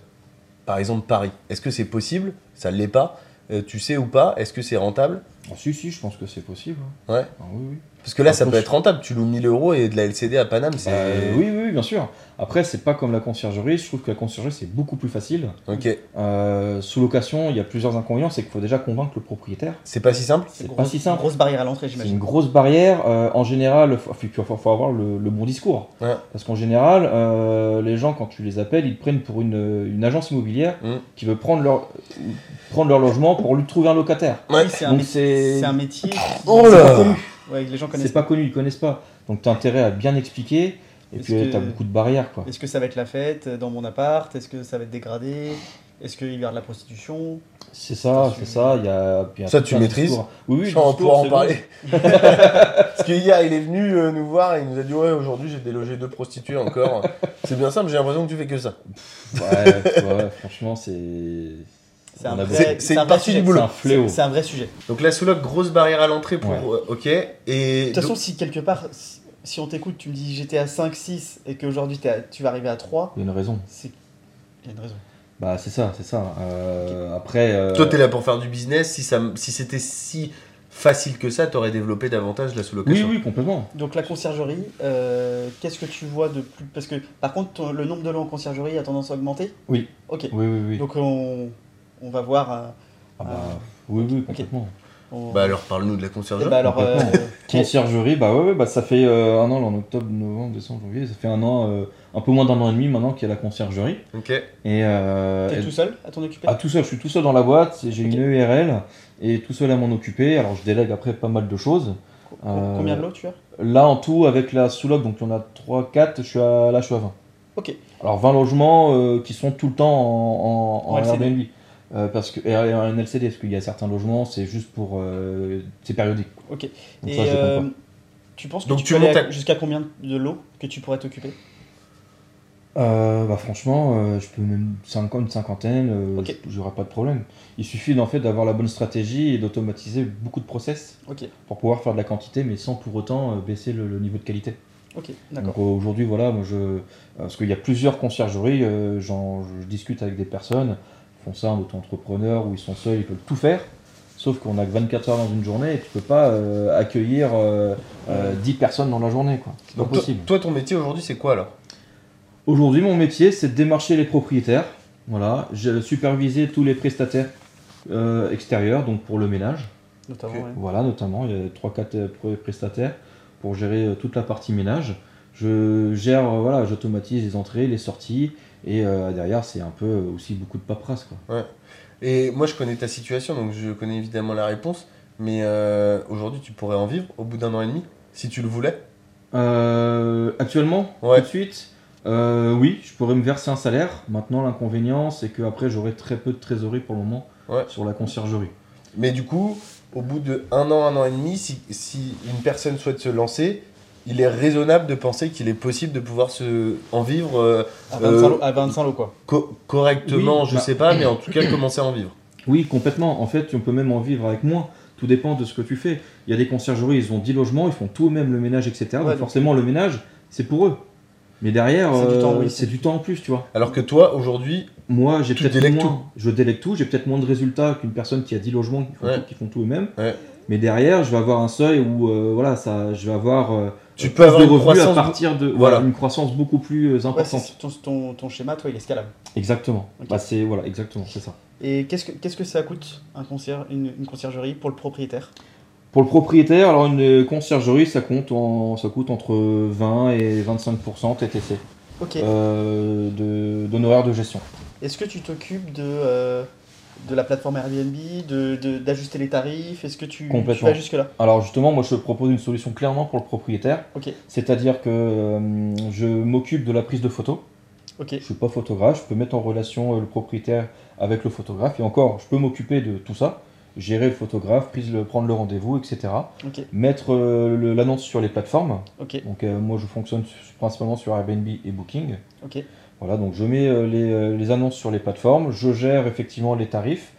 Speaker 1: par exemple, Paris. Est-ce que c'est possible Ça ne l'est pas. Euh, tu sais ou pas, est-ce que c'est rentable
Speaker 3: Ah, si, si, je pense que c'est possible. hein.
Speaker 1: Ouais.
Speaker 3: Ah, oui, oui.
Speaker 1: Parce que là,
Speaker 3: Par
Speaker 1: ça peut
Speaker 3: contre,
Speaker 1: être rentable. Tu loues 1000 euros et de la LCD à Paname, c'est.
Speaker 3: Euh, oui, oui, oui, bien sûr. Après, c'est pas comme la conciergerie. Je trouve que la conciergerie, c'est beaucoup plus facile.
Speaker 1: Ok.
Speaker 3: Euh, sous location, il y a plusieurs inconvénients. C'est qu'il faut déjà convaincre le propriétaire.
Speaker 1: C'est pas si simple
Speaker 3: C'est
Speaker 2: Grosse-
Speaker 3: pas si simple.
Speaker 2: Grosse barrière à l'entrée,
Speaker 3: C'est une
Speaker 2: j'imagine.
Speaker 3: grosse barrière. Euh, en général, il faut, faut- faut avoir le, le bon discours.
Speaker 1: Ouais.
Speaker 3: Parce qu'en général, euh, les gens, quand tu les appelles, ils te prennent pour une, une agence immobilière
Speaker 1: Mm.
Speaker 3: qui veut prendre leur, prendre leur logement pour lui trouver un locataire.
Speaker 1: Ouais.
Speaker 2: Oui, c'est un,
Speaker 3: Donc
Speaker 2: mé-
Speaker 3: c'est-
Speaker 2: c'est un métier.
Speaker 1: Oh
Speaker 2: c'est
Speaker 1: là
Speaker 2: pas connu. Ouais, que les gens connaissent
Speaker 3: C'est pas connu, ils connaissent pas. Donc tu as intérêt à bien expliquer. Et
Speaker 2: Est-ce
Speaker 3: puis
Speaker 2: que-
Speaker 3: tu as beaucoup de barrières. Quoi.
Speaker 2: Est-ce que ça va être la fête euh, dans mon appart Est-ce que ça va être dégradé Est-ce qu'il y aura de la prostitution
Speaker 3: C'est ça,
Speaker 2: Ça,
Speaker 3: c'est
Speaker 2: c'est-
Speaker 3: ça. Il y a, puis il y a
Speaker 1: Ça,
Speaker 3: tout
Speaker 1: tu
Speaker 3: un
Speaker 1: maîtrises
Speaker 3: discours. Oui, oui,
Speaker 1: Je
Speaker 3: le
Speaker 1: crois qu'on va
Speaker 3: discours,
Speaker 1: pouvoir en
Speaker 3: c'est
Speaker 1: parler. Parce que hier, il est venu euh, nous voir et il nous a dit Ouais, aujourd'hui, j'ai délogé deux prostituées encore. c'est bien simple, j'ai l'impression que tu fais que ça.
Speaker 3: bon. Ouais, ouais, franchement, c'est.
Speaker 2: C'est
Speaker 3: On
Speaker 2: un
Speaker 3: a
Speaker 2: vrai-
Speaker 3: beaucoup-
Speaker 1: C'est- c'est
Speaker 2: un
Speaker 1: une
Speaker 2: vrai
Speaker 1: partie
Speaker 2: sujet.
Speaker 1: du
Speaker 3: C'est
Speaker 1: boulot.
Speaker 3: un fléau.
Speaker 2: C'est un vrai sujet. De
Speaker 1: Donc la sous-loc, grosse barrière à l'entrée pour.
Speaker 3: Ouais.
Speaker 1: euh, ok. Et.
Speaker 2: toute façon, si quelque part, si, si on t'écoute, tu me dis j'étais à 5, 6 et qu'aujourd'hui t'es à- tu vas arriver à 3,
Speaker 3: Il y a une raison.
Speaker 2: c'est. Il y a une raison.
Speaker 3: Bah, c'est ça, c'est ça. Euh, Après. euh,
Speaker 1: Toi, t'es là pour faire du business. Si, ça, m- si c'était si facile que ça, t'aurais développé davantage la
Speaker 3: Oui,
Speaker 1: sous-location.
Speaker 3: oui, complètement.
Speaker 2: Donc la conciergerie, euh, qu'est-ce que tu vois de plus Parce que par contre, ton- le nombre de lots en conciergerie a tendance à augmenter
Speaker 3: Oui.
Speaker 2: Ok.
Speaker 3: Oui, oui, oui.
Speaker 2: Donc on, on va voir. euh,
Speaker 3: Ah bah, oui, oui, complètement.
Speaker 2: on-
Speaker 1: Bah alors, parle-nous de la
Speaker 2: Eh
Speaker 1: conciergerie.
Speaker 3: ben,
Speaker 2: bah alors, euh,
Speaker 3: Conciergerie, bah ouais, ouais, bah ça fait euh, un an, là, en octobre, novembre, décembre, janvier, ça fait un an, euh, un peu moins d'un an et demi maintenant qu'il y a la conciergerie.
Speaker 1: Ok.
Speaker 3: Et, euh,
Speaker 2: t'es
Speaker 3: et-
Speaker 2: tout seul à t'en occuper
Speaker 3: Ah, tout seul, je suis tout seul dans la boîte, j'ai
Speaker 2: Ok.
Speaker 3: une ERL et tout seul à m'en occuper. Alors je délègue après pas mal de choses.
Speaker 2: Co-
Speaker 3: euh,
Speaker 2: Combien de lots tu as
Speaker 3: Là en tout, avec la sous-log, donc il y en a 3, 4, je suis à, là je suis à 20.
Speaker 2: Ok.
Speaker 3: Alors 20 logements euh, qui sont tout le temps en, en, en
Speaker 2: En LCD.
Speaker 3: Airbnb. Euh, parce que, et en LCD, parce qu'il y a certains logements, c'est juste pour. euh, c'est périodique.
Speaker 2: Ok.
Speaker 3: Donc
Speaker 2: Et
Speaker 3: ça, je le compte
Speaker 2: euh,
Speaker 3: pas.
Speaker 2: tu penses que
Speaker 1: Donc
Speaker 2: tu,
Speaker 1: tu
Speaker 2: peux aller
Speaker 1: montes
Speaker 2: à-
Speaker 1: à-
Speaker 2: jusqu'à combien de lots que tu pourrais t'occuper
Speaker 3: Euh, bah franchement, euh, je peux même cinquante- une cinquantaine, euh,
Speaker 2: Ok.
Speaker 3: j- j'aurai pas de problème. Il suffit d'en fait d'avoir la bonne stratégie et d'automatiser beaucoup de process
Speaker 2: Ok,
Speaker 3: pour pouvoir faire de la quantité, mais sans pour autant euh, baisser le, le niveau de qualité.
Speaker 2: ok, d'accord.
Speaker 3: Donc euh, aujourd'hui, voilà, moi je, euh, parce qu'il y a plusieurs conciergeries, euh, j'en- je discute avec des personnes, qui font ça en auto-entrepreneur où ils sont seuls, ils peuvent tout faire. Sauf qu'on a que 24 heures dans une journée et tu peux pas euh, accueillir euh, euh, 10 personnes dans la journée, quoi. C'est pas
Speaker 1: Donc, toi,
Speaker 3: possible.
Speaker 1: toi, ton métier aujourd'hui, c'est quoi alors
Speaker 3: Aujourd'hui, mon métier, c'est de démarcher les propriétaires. Voilà, j'ai supervisé tous les prestataires euh, extérieurs, donc pour le ménage.
Speaker 2: Notamment,
Speaker 1: Ok.
Speaker 2: ouais.
Speaker 3: Voilà, notamment, il y a 3-4 prestataires pour gérer euh, toute la partie ménage. Je gère, euh, voilà, j'automatise les entrées, les sorties, et euh, derrière, c'est un peu euh, aussi beaucoup de paperasse. Quoi.
Speaker 1: Et moi, je connais ta situation, donc je connais évidemment la réponse. Mais euh, aujourd'hui, tu pourrais en vivre au bout d'un an et demi, si tu le voulais.
Speaker 3: Euh, actuellement,
Speaker 1: Ouais.
Speaker 3: tout de suite, euh, oui, je pourrais me verser un salaire. Maintenant, l'inconvénient, c'est qu'après, j'aurai très peu de trésorerie pour le moment
Speaker 1: Ouais.
Speaker 3: sur la conciergerie.
Speaker 1: Mais du coup, au bout de un an, un an et demi, si, si une personne souhaite se lancer, il est raisonnable de penser qu'il est possible de pouvoir se, en vivre euh,
Speaker 2: À, 25
Speaker 1: Euh,
Speaker 2: lots, à 25 lots, quoi.
Speaker 1: co- correctement,
Speaker 3: Oui,
Speaker 1: je
Speaker 3: bah-
Speaker 1: sais pas, mais en tout cas, commencer à en vivre.
Speaker 3: Oui, complètement. En fait, on peut même en vivre avec moins. Tout dépend de ce que tu fais. Il y a des conciergeries, ils ont 10 logements, ils font tout eux-mêmes, le ménage, etc. donc,
Speaker 2: donc-
Speaker 3: forcément, le ménage, c'est pour eux. Mais derrière,
Speaker 2: C'est du
Speaker 3: euh,
Speaker 2: temps, oui,
Speaker 3: c'est
Speaker 2: c'est-
Speaker 3: du temps en plus, tu vois.
Speaker 1: Alors que toi, aujourd'hui,
Speaker 3: Moi, j'ai
Speaker 1: Tu
Speaker 3: peut-être
Speaker 1: délègues
Speaker 3: moins. Je délègue tout, j'ai peut-être moins de résultats qu'une personne qui a 10 logements qui font
Speaker 1: Ouais.
Speaker 3: tout, qui font tout eux-mêmes.
Speaker 1: Ouais.
Speaker 3: Mais derrière, je vais avoir un seuil où euh, voilà, ça, je vais avoir euh,
Speaker 1: tu
Speaker 3: plus
Speaker 1: peux avoir
Speaker 3: de
Speaker 1: une
Speaker 3: revenus à
Speaker 1: croissance.
Speaker 3: partir de
Speaker 1: Voilà.
Speaker 3: une croissance beaucoup plus euh,
Speaker 2: Ouais,
Speaker 3: importante.
Speaker 2: c'est- ton, ton, ton schéma, toi, il est scalable.
Speaker 3: exactement.
Speaker 2: Ok.
Speaker 3: Bah, c'est voilà, exactement, c'est ça.
Speaker 2: Et qu'est-ce que, qu'est-ce que ça coûte, un concierge, une, une conciergerie, pour le propriétaire
Speaker 3: Pour le propriétaire, alors une conciergerie, ça compte, en, ça coûte entre 20 et 25 TTC
Speaker 2: Ok.
Speaker 3: euh, de- d'honoraires de gestion.
Speaker 2: Est-ce que tu t'occupes de, euh, de la plateforme Airbnb, de, de- d'ajuster les tarifs Est-ce que tu, tu
Speaker 3: Complètement.
Speaker 2: vas jusque-là
Speaker 3: Alors justement, moi je propose une solution clairement pour le propriétaire,
Speaker 2: Ok,
Speaker 3: c'est-à-dire que euh, je m'occupe de la prise de photos.
Speaker 2: ok,
Speaker 3: Je suis pas photographe, je peux mettre en relation euh, le propriétaire avec le photographe et encore, je peux m'occuper de tout ça, gérer le photographe, prise le- prendre le rendez-vous, etc.
Speaker 2: ok,
Speaker 3: Mettre euh, le- l'annonce sur les plateformes.
Speaker 2: ok,
Speaker 3: Donc euh, moi je fonctionne su- principalement sur Airbnb et Booking.
Speaker 2: ok.
Speaker 3: Voilà, donc je mets euh, les, euh, les annonces sur les plateformes, je gère effectivement les tarifs,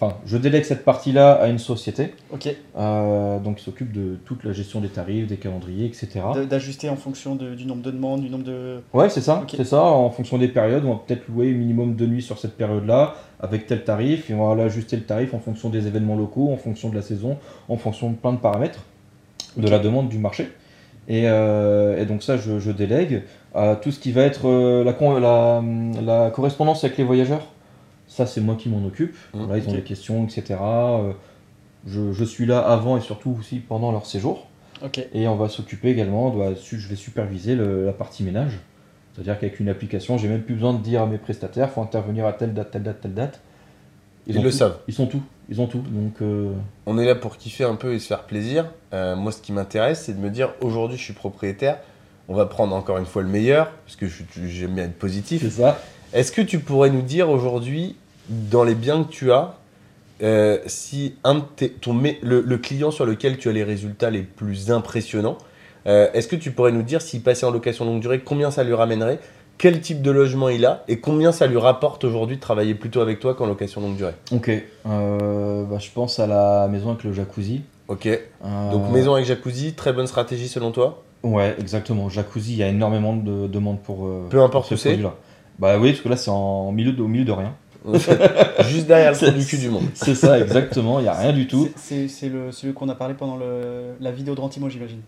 Speaker 3: Enfin, je délègue cette partie-là à une société,
Speaker 2: Ok.
Speaker 3: euh, donc qui s'occupe de toute la gestion des tarifs, des calendriers, etc.
Speaker 2: D- D'ajuster en fonction de- du nombre de demandes, du nombre de.
Speaker 3: Ouais, c'est ça,
Speaker 2: Ok.
Speaker 3: c'est ça. En fonction des périodes, on va peut-être louer minimum deux nuits sur cette période-là, avec tel tarif, et on va aller ajuster le tarif en fonction des événements locaux, en fonction de la saison, en fonction de plein de paramètres, de
Speaker 2: Ok.
Speaker 3: la demande du marché. Et, euh, et donc ça, je, je délègue. Euh, tout ce qui va être euh, la, con- la, la correspondance avec les voyageurs, ça c'est moi qui m'en occupe.
Speaker 1: Mhm.
Speaker 3: Là, ils
Speaker 2: Mmh,
Speaker 3: ont
Speaker 2: Ok.
Speaker 3: des questions, etc. Euh, je- je suis là avant et surtout aussi pendant leur séjour.
Speaker 2: Ok.
Speaker 3: Et on va s'occuper également, on doit- su- je vais superviser le- la partie ménage. C'est-à-dire qu'avec une application, j'ai même plus besoin de dire à mes prestataires, faut intervenir à telle date, telle date, telle date.
Speaker 1: Ils,
Speaker 3: ont
Speaker 1: le
Speaker 3: tout.
Speaker 1: savent.
Speaker 3: Ils sont tout. Ils ont tout. Donc, euh,
Speaker 1: On est là pour kiffer un peu et se faire plaisir. Euh, moi, ce qui m'intéresse, c'est de me dire aujourd'hui, je suis propriétaire. On va prendre encore une fois le meilleur, parce que je- j'aime bien être positif.
Speaker 3: c'est ça.
Speaker 1: Est-ce que tu pourrais nous dire aujourd'hui, dans les biens que tu as, euh, si un de tes- ton, mé- le, le client sur lequel tu as les résultats les plus impressionnants, euh, est-ce que tu pourrais nous dire s'il passait en location longue durée, combien ça lui ramènerait, quel type de logement il a et combien ça lui rapporte aujourd'hui de travailler plutôt avec toi qu'en location longue durée
Speaker 3: Ok. Euh, bah, je pense à la maison avec le jacuzzi.
Speaker 1: Ok,
Speaker 3: Euh,
Speaker 1: donc maison avec jacuzzi, très bonne stratégie selon toi
Speaker 3: Ouais, exactement. Jacuzzi, il y a énormément de demandes pour. euh,
Speaker 1: Peu importe
Speaker 3: pour ce
Speaker 1: où c'est.
Speaker 3: produit-là. Bah oui, parce que là, c'est en milieu de- au milieu de rien.
Speaker 1: Juste derrière le
Speaker 3: C'est-
Speaker 1: trou du cul du monde.
Speaker 3: C'est ça, exactement. Il n'y a Bah, rien du tout.
Speaker 2: C'est- C'est c'est le, celui qu'on a parlé pendant le, la vidéo de Rantimo, j'imagine.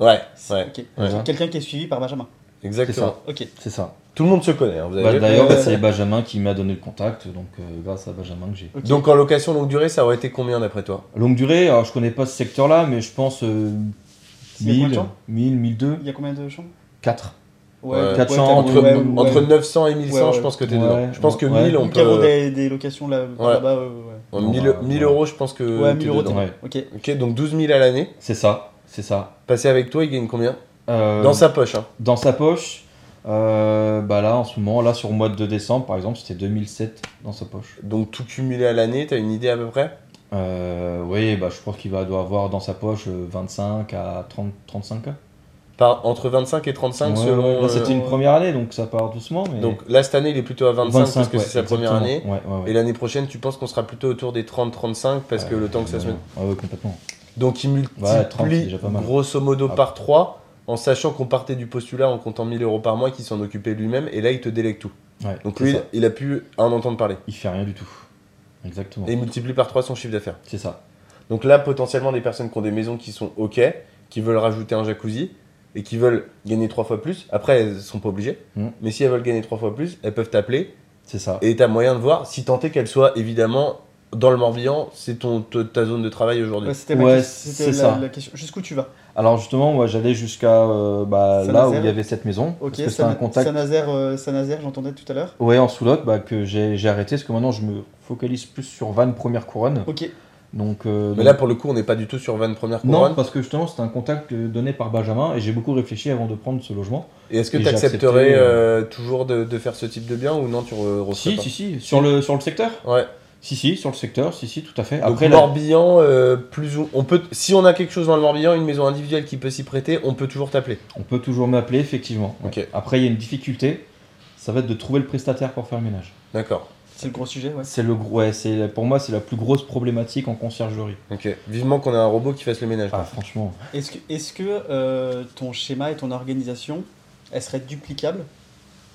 Speaker 1: Ouais,
Speaker 2: C'est-
Speaker 1: ouais,
Speaker 2: ok.
Speaker 1: ouais,
Speaker 3: Voilà.
Speaker 2: Quelqu'un qui est suivi par Benjamin.
Speaker 3: C'est
Speaker 1: exactement.
Speaker 3: ça.
Speaker 2: Ok.
Speaker 3: C'est ça.
Speaker 1: Tout le monde se connaît, hein, vous avez
Speaker 3: Bah,
Speaker 1: vu
Speaker 3: D'ailleurs,
Speaker 2: Euh,
Speaker 3: c'est Benjamin qui m'a donné le contact. Donc, euh, grâce à Benjamin que j'ai.
Speaker 2: ok.
Speaker 1: Donc en location longue durée, ça aurait été combien d'après toi
Speaker 3: Longue durée, alors je connais pas ce secteur-là, mais je pense euh,
Speaker 2: C'est combien de
Speaker 3: 1000,
Speaker 2: chambres
Speaker 3: 1000, 1002,
Speaker 2: Il y a combien de chambres
Speaker 3: 4.
Speaker 1: Ouais,
Speaker 2: donc,
Speaker 3: quatre
Speaker 2: ouais,
Speaker 3: chambres,
Speaker 2: t'as-
Speaker 1: entre,
Speaker 2: ouais, ouais,
Speaker 1: entre
Speaker 2: ouais.
Speaker 1: 900 et 1100,
Speaker 2: Ouais, ouais.
Speaker 1: je pense que t'es
Speaker 3: Ouais,
Speaker 1: dedans. Je pense que
Speaker 3: ouais.
Speaker 1: 1000, on
Speaker 2: Nous qui avons
Speaker 1: peut.
Speaker 2: des, des locations là, par
Speaker 1: Ouais. Euh,
Speaker 2: là-bas, ouais, ouais.
Speaker 1: en
Speaker 3: Ouais,
Speaker 1: 1000,
Speaker 3: ouais.
Speaker 1: 1000 euros, je pense que.
Speaker 2: Ouais,
Speaker 1: t'es
Speaker 2: 1000 euros,
Speaker 1: dedans.
Speaker 2: t'es
Speaker 3: Ouais.
Speaker 2: Ok.
Speaker 1: Ok, donc 12 000 à l'année.
Speaker 3: C'est ça, c'est ça.
Speaker 1: Passé avec toi, il gagne combien
Speaker 3: Euh,
Speaker 1: Dans sa poche. Hein.
Speaker 3: dans sa poche, euh, bah là en ce moment, là sur le mois de décembre par exemple, c'était 2007 dans sa poche.
Speaker 1: Donc tout cumulé à l'année, t'as une idée à peu près
Speaker 3: Euh, oui, bah je pense qu'il va doit avoir dans sa poche euh, 25 à 30, 35 cas.
Speaker 1: Par, Entre 25 et 35 selon.
Speaker 3: là
Speaker 1: euh,
Speaker 3: c'était une première année donc ça part doucement. Mais...
Speaker 1: Donc là, cette année, il est plutôt à 25, parce que
Speaker 3: ouais,
Speaker 1: c'est sa première
Speaker 3: exactement.
Speaker 1: année.
Speaker 3: Ouais, ouais, ouais.
Speaker 1: Et l'année prochaine, tu penses qu'on sera plutôt autour des 30-35 parce que le temps que ça se mette.
Speaker 3: Ah Ouais, ouais, complètement.
Speaker 1: Donc il
Speaker 3: Ouais, 30, c'est
Speaker 1: multiplie
Speaker 3: déjà pas mal.
Speaker 1: grosso modo
Speaker 3: Ah.
Speaker 1: par 3 en sachant qu'on partait du postulat en comptant 1000 euros par mois qu'il s'en occupait lui-même et là il te délègue tout.
Speaker 3: Ouais,
Speaker 1: Donc
Speaker 3: c'est
Speaker 1: lui
Speaker 3: ça.
Speaker 1: il a pu en entendre parler
Speaker 3: il fait rien du tout. Exactement.
Speaker 1: et il multiplie par 3 son chiffre d'affaires.
Speaker 3: C'est ça.
Speaker 1: Donc là potentiellement des personnes qui ont des maisons qui sont ok, qui veulent rajouter un jacuzzi et qui veulent gagner 3 fois plus, après elles sont pas obligées,
Speaker 3: Mm.
Speaker 1: mais si elles veulent gagner 3 fois plus, elles peuvent t'appeler
Speaker 3: C'est ça.
Speaker 1: et t'as moyen de voir si tant est qu'elles soient évidemment dans le Morbihan, c'est ton, ta- ta zone de travail aujourd'hui.
Speaker 2: Ouais, c'était ma
Speaker 3: Ouais,
Speaker 2: question-
Speaker 3: c'est
Speaker 2: c'était
Speaker 3: ça.
Speaker 2: la, la question. Jusqu'où tu vas
Speaker 3: Alors justement, moi j'allais jusqu'à euh, bah, là où
Speaker 2: Saint-Nazaire.
Speaker 3: il y avait cette maison.
Speaker 2: Ok,
Speaker 3: parce que c'était un
Speaker 2: Sana-
Speaker 3: contact.
Speaker 2: Saint-Nazaire, euh, Saint-Nazaire, j'entendais tout à l'heure.
Speaker 3: Ouais, en sous-lot, bah, que j'ai j'ai arrêté parce que maintenant je me focalise plus sur Vannes Première Couronne.
Speaker 2: Ok,
Speaker 3: Donc, euh,
Speaker 1: Mais
Speaker 3: donc-
Speaker 1: là pour le coup on n'est pas du tout sur 20 première couronne.
Speaker 3: non, parce que justement c'était un contact euh, donné par Benjamin et j'ai beaucoup réfléchi avant de prendre ce logement.
Speaker 1: Et est-ce que
Speaker 3: Et
Speaker 1: tu
Speaker 3: j'ai
Speaker 1: accepterais
Speaker 3: accepté, euh,
Speaker 1: toujours de, de faire ce type de bien ou non tu re- referais
Speaker 3: Si,
Speaker 1: pas
Speaker 3: si, si, sur le sur le secteur.
Speaker 1: Ouais.
Speaker 3: Si, si, sur le secteur, si, si, tout à fait.
Speaker 1: Après
Speaker 3: Après,
Speaker 1: Donc,
Speaker 3: là-
Speaker 1: Morbihan, euh, plus ou on peut, si on a quelque chose dans le Morbihan, une maison individuelle qui peut s'y prêter, on peut toujours t'appeler.
Speaker 3: on peut toujours m'appeler effectivement. ouais.
Speaker 1: Ok.
Speaker 3: Après, il y a une difficulté, ça va être de trouver le prestataire pour faire le ménage.
Speaker 1: D'accord.
Speaker 2: c'est le gros sujet, ouais.
Speaker 3: C'est le gros, ouais, c'est pour moi c'est la plus grosse problématique en conciergerie.
Speaker 1: Ok. Vivement qu'on a un robot qui fasse le ménage.
Speaker 3: Ah, franchement.
Speaker 2: Est-ce que, est-ce que euh, ton schéma et ton organisation, elles seraient duplicables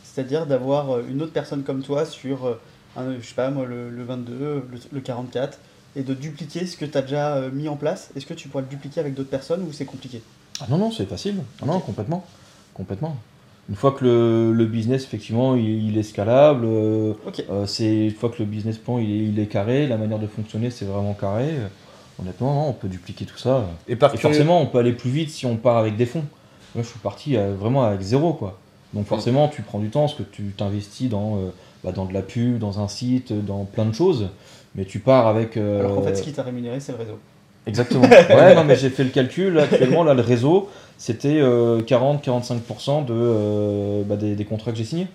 Speaker 2: C'est-à-dire d'avoir euh, une autre personne comme toi sur, euh, un, je sais pas moi, le, le 22, le, le 44, et de dupliquer ce que tu as déjà euh, mis en place. Est-ce que tu pourrais le dupliquer avec d'autres personnes ou c'est compliqué
Speaker 3: Ah non, non, c'est facile. Ah non, complètement. Complètement. Une fois que le, le business, effectivement, il, il est scalable, euh,
Speaker 2: Ok.
Speaker 3: euh, c'est une fois que le business plan, il, est- il est carré, la manière de fonctionner, c'est vraiment carré. euh, Honnêtement, non, on peut dupliquer tout ça.
Speaker 1: Et par
Speaker 3: Et
Speaker 1: curieux-
Speaker 3: forcément, on peut aller plus vite si on part avec des fonds. Moi, je suis parti euh, vraiment avec zéro, quoi. Donc
Speaker 2: Mm.
Speaker 3: forcément, tu prends du temps, parce que tu t'investis dans, euh, bah, dans de la pub, dans un site, dans plein de choses. Mais tu pars avec... euh,
Speaker 2: Alors qu'en fait, ce qui t'a rémunéré, c'est le réseau.
Speaker 3: Exactement. Ouais, non, mais j'ai fait le calcul. Là, actuellement, là, le réseau, c'était euh, 40-45% de, euh, bah, des, des contrats que j'ai signés.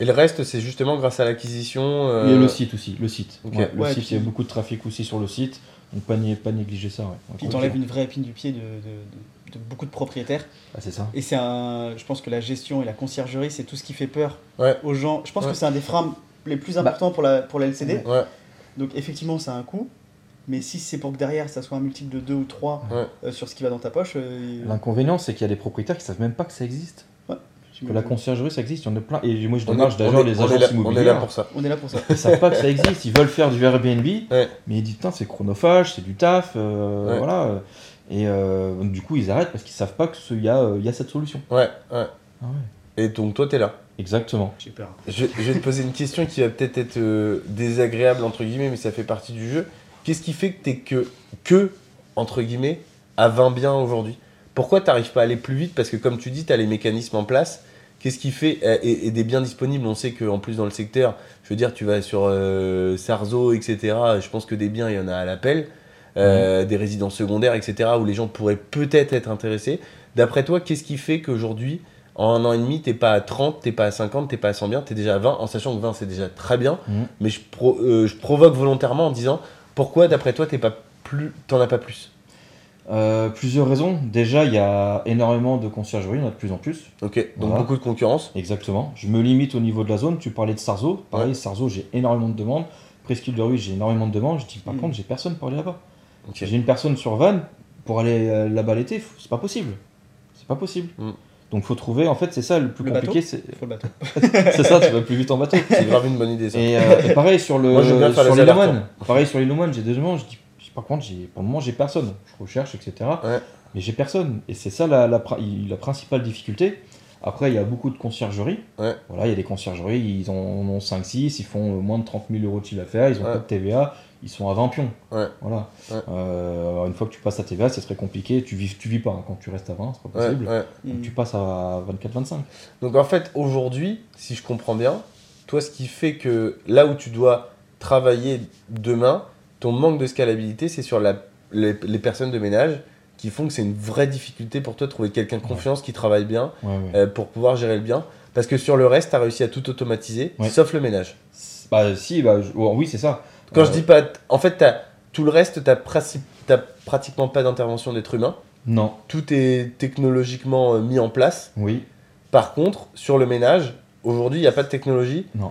Speaker 1: Et le reste, c'est justement grâce à l'acquisition. euh,
Speaker 3: Et le site aussi. Le site.
Speaker 1: Ok.
Speaker 3: Ouais, le
Speaker 2: Ouais,
Speaker 3: site,
Speaker 2: puis-
Speaker 3: il y a beaucoup de trafic aussi sur le site. Donc, pas, né- pas négliger ça. Ouais. Ouais,
Speaker 2: Puis
Speaker 3: complètement.
Speaker 2: t'enlèves une vraie épine du pied de, de- de- de beaucoup de propriétaires.
Speaker 3: Ah, c'est ça.
Speaker 2: Et c'est un. Je pense que la gestion et la conciergerie, c'est tout ce qui fait peur
Speaker 1: Ouais.
Speaker 2: aux gens. Je pense
Speaker 1: Ouais.
Speaker 2: que c'est un des freins les plus
Speaker 3: Bah.
Speaker 2: importants pour, la, pour la LCD.
Speaker 1: Ouais.
Speaker 2: Donc effectivement, ça a un coût. Mais si c'est pour que derrière, ça soit un multiple de 2 ou 3
Speaker 1: Ouais.
Speaker 2: sur ce qui va dans ta poche, euh,
Speaker 3: L'inconvénient, c'est qu'il y a des propriétaires qui savent même pas que ça existe.
Speaker 2: tu
Speaker 3: Que
Speaker 2: me-
Speaker 3: la conciergerie, ça existe. Il y en a plein. Et moi, je
Speaker 1: On est-
Speaker 3: démarche
Speaker 1: on
Speaker 3: d'ailleurs
Speaker 1: est-
Speaker 3: les
Speaker 1: on est
Speaker 3: agences
Speaker 1: là- On est là
Speaker 3: immobilières.
Speaker 1: pour ça.
Speaker 2: on est là pour ça.
Speaker 3: Ils savent pas que ça existe. Ils veulent faire du Airbnb.
Speaker 1: Ouais.
Speaker 3: Mais ils disent, putain, c'est chronophage, c'est du taf. euh,
Speaker 1: Ouais.
Speaker 3: Voilà. Et euh, du coup, ils arrêtent parce qu'ils savent pas qu'il y, a, euh, il y a cette solution.
Speaker 1: Ouais, ouais.
Speaker 3: Ah ouais.
Speaker 1: Et donc toi, t'es là.
Speaker 3: Exactement.
Speaker 2: J'ai peur.
Speaker 1: Je, je vais te poser une question qui va peut-être être euh, désagréable entre guillemets, mais ça fait partie du jeu. Qu'est-ce qui fait que t'es que que entre guillemets à 20 biens aujourd'hui Pourquoi t'arrives pas à aller plus vite Parce que comme tu dis, t'as les mécanismes en place. Qu'est-ce qui fait euh, et, et des biens disponibles On sait qu'en plus dans le secteur, je veux dire, tu vas sur euh, Sarzeau, etc. Je pense que des biens, il y en a à l'appel, euh, des résidences secondaires, etc. Où les gens pourraient peut-être être intéressés. D'après toi, qu'est-ce qui fait qu'aujourd'hui en un an et demi, t'es pas à 30, t'es pas à 50, t'es pas à 100 biens, t'es déjà à 20, en sachant que 20 c'est déjà très bien,
Speaker 3: Mhm.
Speaker 1: mais je, pro- euh, je provoque volontairement en disant pourquoi d'après toi t'es pas plus, t'en as pas plus
Speaker 3: Euh, plusieurs raisons. Déjà, il y a énormément de conciergeries, il y en a de plus en plus.
Speaker 1: Ok, donc
Speaker 3: Voilà.
Speaker 1: beaucoup de concurrence.
Speaker 3: Exactement. Je me limite au niveau de la zone. Tu parlais de Sarzeau. Pareil, Sarzeau, j'ai énormément de demandes. Presqu'île de Rue, j'ai énormément de demandes. Je dis, par
Speaker 2: Mm.
Speaker 3: contre, j'ai personne pour aller là-bas.
Speaker 1: Ok.
Speaker 3: J'ai une personne sur Vannes pour aller euh, là-bas l'été. faut- C'est pas possible. C'est pas possible.
Speaker 1: Mm.
Speaker 3: Donc, faut trouver. En fait, c'est ça le plus
Speaker 2: Le
Speaker 3: compliqué. C'est
Speaker 2: Faut le bateau.
Speaker 3: c'est ça, tu vas plus vite en bateau.
Speaker 1: C'est grave une bonne idée ça.
Speaker 3: Et, euh, et pareil sur le
Speaker 1: Moi, j'aime bien faire
Speaker 3: sur
Speaker 1: les
Speaker 3: l'île aux
Speaker 1: allers-retours.
Speaker 3: Moines. Pareil sur l'île aux Moines, j'ai des demandes. Je dis, par contre, j'ai, pour le moment, j'ai personne. Je recherche, etc.
Speaker 1: Ouais.
Speaker 3: Mais j'ai personne. Et c'est ça la, la, pri- la principale difficulté. Après, il y a beaucoup de conciergeries.
Speaker 1: Ouais.
Speaker 3: Voilà, il y a des conciergeries, ils en ont 5-6, ils font moins de 30 000 euros de chiffre d'affaires, ils ont
Speaker 1: Ouais.
Speaker 3: pas de TVA, ils sont à 20 pions.
Speaker 1: Ouais.
Speaker 3: Voilà.
Speaker 1: Ouais.
Speaker 3: Euh, une fois que tu passes à TVA, c'est très compliqué. Tu vis, tu vis pas hein. quand tu restes à 20, c'est pas
Speaker 1: Ouais,
Speaker 3: possible.
Speaker 1: ouais.
Speaker 2: Mm.
Speaker 3: Tu passes à 24-25.
Speaker 1: Donc en fait, aujourd'hui, si je comprends bien, toi ce qui fait que là où tu dois travailler demain, ton manque de scalabilité, c'est sur la, les, les personnes de ménage qui font que c'est une vraie difficulté pour toi de trouver quelqu'un de
Speaker 3: Ouais.
Speaker 1: confiance qui travaille bien,
Speaker 3: Ouais, ouais.
Speaker 1: euh, pour pouvoir gérer le bien. Parce que sur le reste, t'as réussi à tout automatiser,
Speaker 3: Ouais.
Speaker 1: sauf le ménage.
Speaker 3: C'est- Bah, si, bah, je- oh, oui, c'est ça.
Speaker 1: Quand
Speaker 3: Euh,
Speaker 1: je dis pas. En fait, t'as- tout le reste, t'as princi- t'as pratiquement pas d'intervention d'être humain.
Speaker 3: Non,
Speaker 1: Tout est technologiquement euh, mis en place.
Speaker 3: oui,
Speaker 1: Par contre, sur le ménage, aujourd'hui, il n'y a pas de technologie.
Speaker 3: non.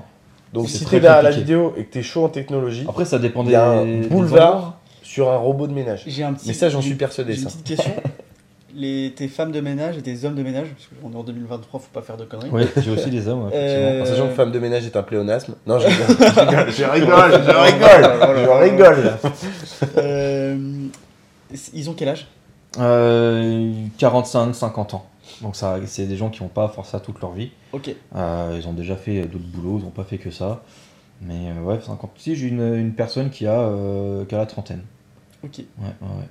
Speaker 1: Donc
Speaker 3: C'est
Speaker 1: si
Speaker 3: très
Speaker 1: t'es derrière la
Speaker 3: compliqué.
Speaker 1: vidéo et que t'es chaud en technologie,
Speaker 3: Après, ça dépend
Speaker 1: il
Speaker 3: des.
Speaker 1: y a un
Speaker 3: des endroits.
Speaker 1: boulevard sur un robot de ménage.
Speaker 2: J'ai un petit.
Speaker 1: Mais ça, j'en suis
Speaker 2: j'ai-
Speaker 1: persuadé,
Speaker 2: j'ai une
Speaker 1: ça.
Speaker 2: petite question. Les, tes femmes de ménage et tes hommes de ménage, parce qu'on est en 2023, faut pas faire de conneries.
Speaker 3: Oui, j'ai aussi des hommes. effectivement.
Speaker 2: Euh,
Speaker 1: En sachant que femme de ménage est un pléonasme. Non, je rigole.
Speaker 4: Je rigole, je
Speaker 1: rigole. Je rigole. là.
Speaker 2: Euh, ils ont quel âge
Speaker 3: Euh, 45, 50 ans. Donc, ça, c'est des gens qui n'ont pas forcément toute leur vie.
Speaker 2: Ok.
Speaker 3: Euh, ils ont déjà fait d'autres boulots, ils n'ont pas fait que ça. Mais euh, ouais, 50. Si, j'ai une, une personne qui a, euh, qui a la trentaine.
Speaker 2: Ok.
Speaker 3: Ouais, ouais, ouais.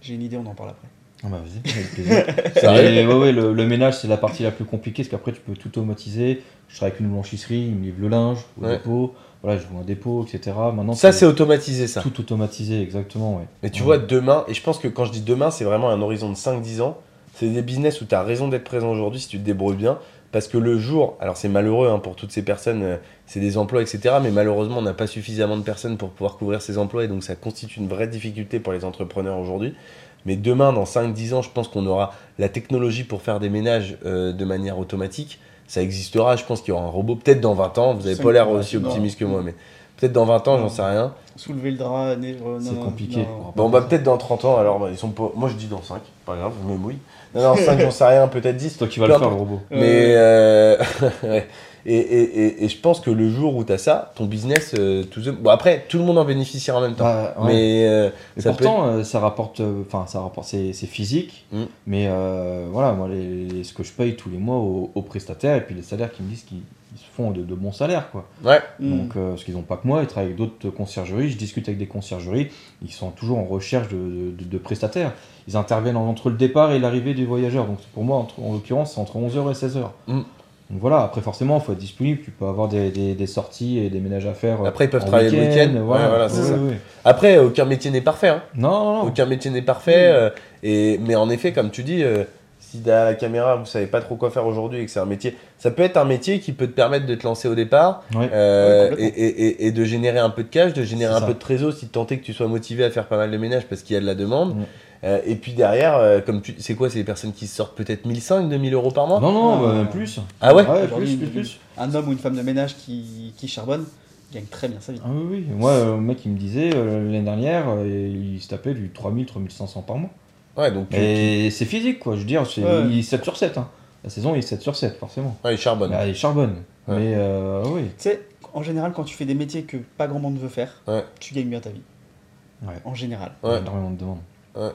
Speaker 2: J'ai une idée, on en parle après.
Speaker 3: Ah bah vas-y, avec plaisir.
Speaker 1: Sérieux
Speaker 3: Et ouais, ouais, le, le ménage, c'est la partie la plus compliquée parce qu'après, tu peux tout automatiser. Je travaille avec une blanchisserie, ils me livrent le linge au
Speaker 1: Ouais.
Speaker 3: dépôt. Voilà, je vois un dépôt, etc. Maintenant,
Speaker 1: Ça, c'est automatisé, ça.
Speaker 3: tout automatisé, exactement. Ouais.
Speaker 1: Mais tu vois,
Speaker 3: Ouais.
Speaker 1: demain, et je pense que quand je dis demain, c'est vraiment un horizon de 5-10 ans, c'est des business où tu as raison d'être présent aujourd'hui si tu te débrouilles bien. Parce que le jour, alors c'est malheureux hein, pour toutes ces personnes, euh, c'est des emplois, etc. Mais malheureusement, on n'a pas suffisamment de personnes pour pouvoir couvrir ces emplois et donc ça constitue une vraie difficulté pour les entrepreneurs aujourd'hui. Mais demain, dans 5-10 ans, je pense qu'on aura la technologie pour faire des ménages euh, de manière automatique. Ça existera, je pense qu'il y aura un robot, peut-être dans 20 ans. Vous n'avez
Speaker 2: Cinq
Speaker 1: pas l'air
Speaker 2: ans,
Speaker 1: aussi
Speaker 2: non.
Speaker 1: optimiste que moi, mais peut-être dans 20 ans, j'en sais rien.
Speaker 2: Soulever le drap, né- euh, non,
Speaker 3: C'est
Speaker 2: non,
Speaker 3: compliqué.
Speaker 2: non.
Speaker 1: Bon, bah peut-être dans 30 ans, alors bah, ils sont pas. Moi je dis dans 5, pas grave, je me mouille. Non, non, 5, j'en sais rien, peut-être 10.
Speaker 3: C'est toi qui vas le faire, le robot.
Speaker 1: Mais. euh, ouais. et, et, et, et je pense que le jour où t'as ça, ton business, euh, tout the- Bon, après, tout le monde en bénéficiera en même temps.
Speaker 3: Bah, ouais.
Speaker 1: Mais. euh,
Speaker 3: Mais
Speaker 1: ça
Speaker 3: pourtant, euh, ça rapporte. euh, Enfin, ça rapporte. C'est c'est physique.
Speaker 1: Mm.
Speaker 3: Mais euh, voilà, moi, les, les- ce que je paye tous les mois aux, aux prestataires et puis les salaires qui me disent qu'ils ils se font de, de bons salaires, quoi.
Speaker 1: Ouais,
Speaker 2: Hmm.
Speaker 3: Donc, euh, parce qu'ils n'ont pas que moi, ils travaillent avec d'autres conciergeries. Je discute avec des conciergeries. Ils sont toujours en recherche de, de- de prestataires. Ils interviennent en- entre le départ et l'arrivée des voyageurs. Donc, pour moi, entre- en l'occurrence, c'est entre 11h et 16h.
Speaker 1: Mm.
Speaker 3: Donc voilà, après forcément, il faut être disponible. Tu peux avoir des, des- des sorties et des ménages à faire. euh,
Speaker 1: Après, ils peuvent
Speaker 3: en
Speaker 1: travailler le week-end.
Speaker 3: Voilà,
Speaker 1: Ouais, voilà, c'est
Speaker 3: Ouais,
Speaker 1: ça.
Speaker 3: ouais, ouais.
Speaker 1: après, aucun métier n'est parfait. Hein.
Speaker 3: Non, non, non.
Speaker 1: Aucun métier n'est parfait.
Speaker 3: Hmm.
Speaker 1: euh, et, mais en effet, comme tu dis, euh, si derrière la caméra, vous savez pas trop quoi faire aujourd'hui et que c'est un métier, ça peut être un métier qui peut te permettre de te lancer au départ
Speaker 3: Ouais.
Speaker 1: euh,
Speaker 2: Ouais,
Speaker 1: et, et- et- et de générer un peu de cash, de générer
Speaker 3: C'est
Speaker 1: un
Speaker 3: ça.
Speaker 1: peu de trésor si tant est que tu sois motivé à faire pas mal de ménage parce qu'il y a de la demande.
Speaker 3: Ouais.
Speaker 1: Euh, et puis derrière, euh, comme tu, c'est quoi, c'est les personnes qui sortent peut-être 1500, 2000 euros par mois.
Speaker 3: Non, non,
Speaker 2: Ah.
Speaker 3: bah, plus.
Speaker 1: Ah ouais.
Speaker 3: Ouais,
Speaker 2: Aujourd'hui,
Speaker 3: plus, plus, plus.
Speaker 2: Un homme ou une femme de ménage qui, qui charbonne, gagne très bien sa vie.
Speaker 3: Ah oui, oui. Moi, euh, le mec, il me disait euh, l'année dernière, euh, il se tapait du 3000-3500 par mois.
Speaker 1: Ouais, donc tu-
Speaker 3: Et c'est physique, quoi. Je veux dire, c'est-
Speaker 2: Ouais.
Speaker 3: il est 7 sur 7. hein. La saison, il est 7 sur 7, forcément.
Speaker 1: ouais, il charbonne.
Speaker 3: Bah, il charbonne.
Speaker 1: Ouais.
Speaker 3: Mais euh, oui.
Speaker 2: Tu sais, en général, quand tu fais des métiers que pas grand monde veut faire,
Speaker 1: Ouais.
Speaker 2: tu gagnes bien ta vie.
Speaker 3: Ouais.
Speaker 2: En général.
Speaker 3: Il y a
Speaker 1: Ouais.
Speaker 3: énormément de demandes.
Speaker 1: Ouais.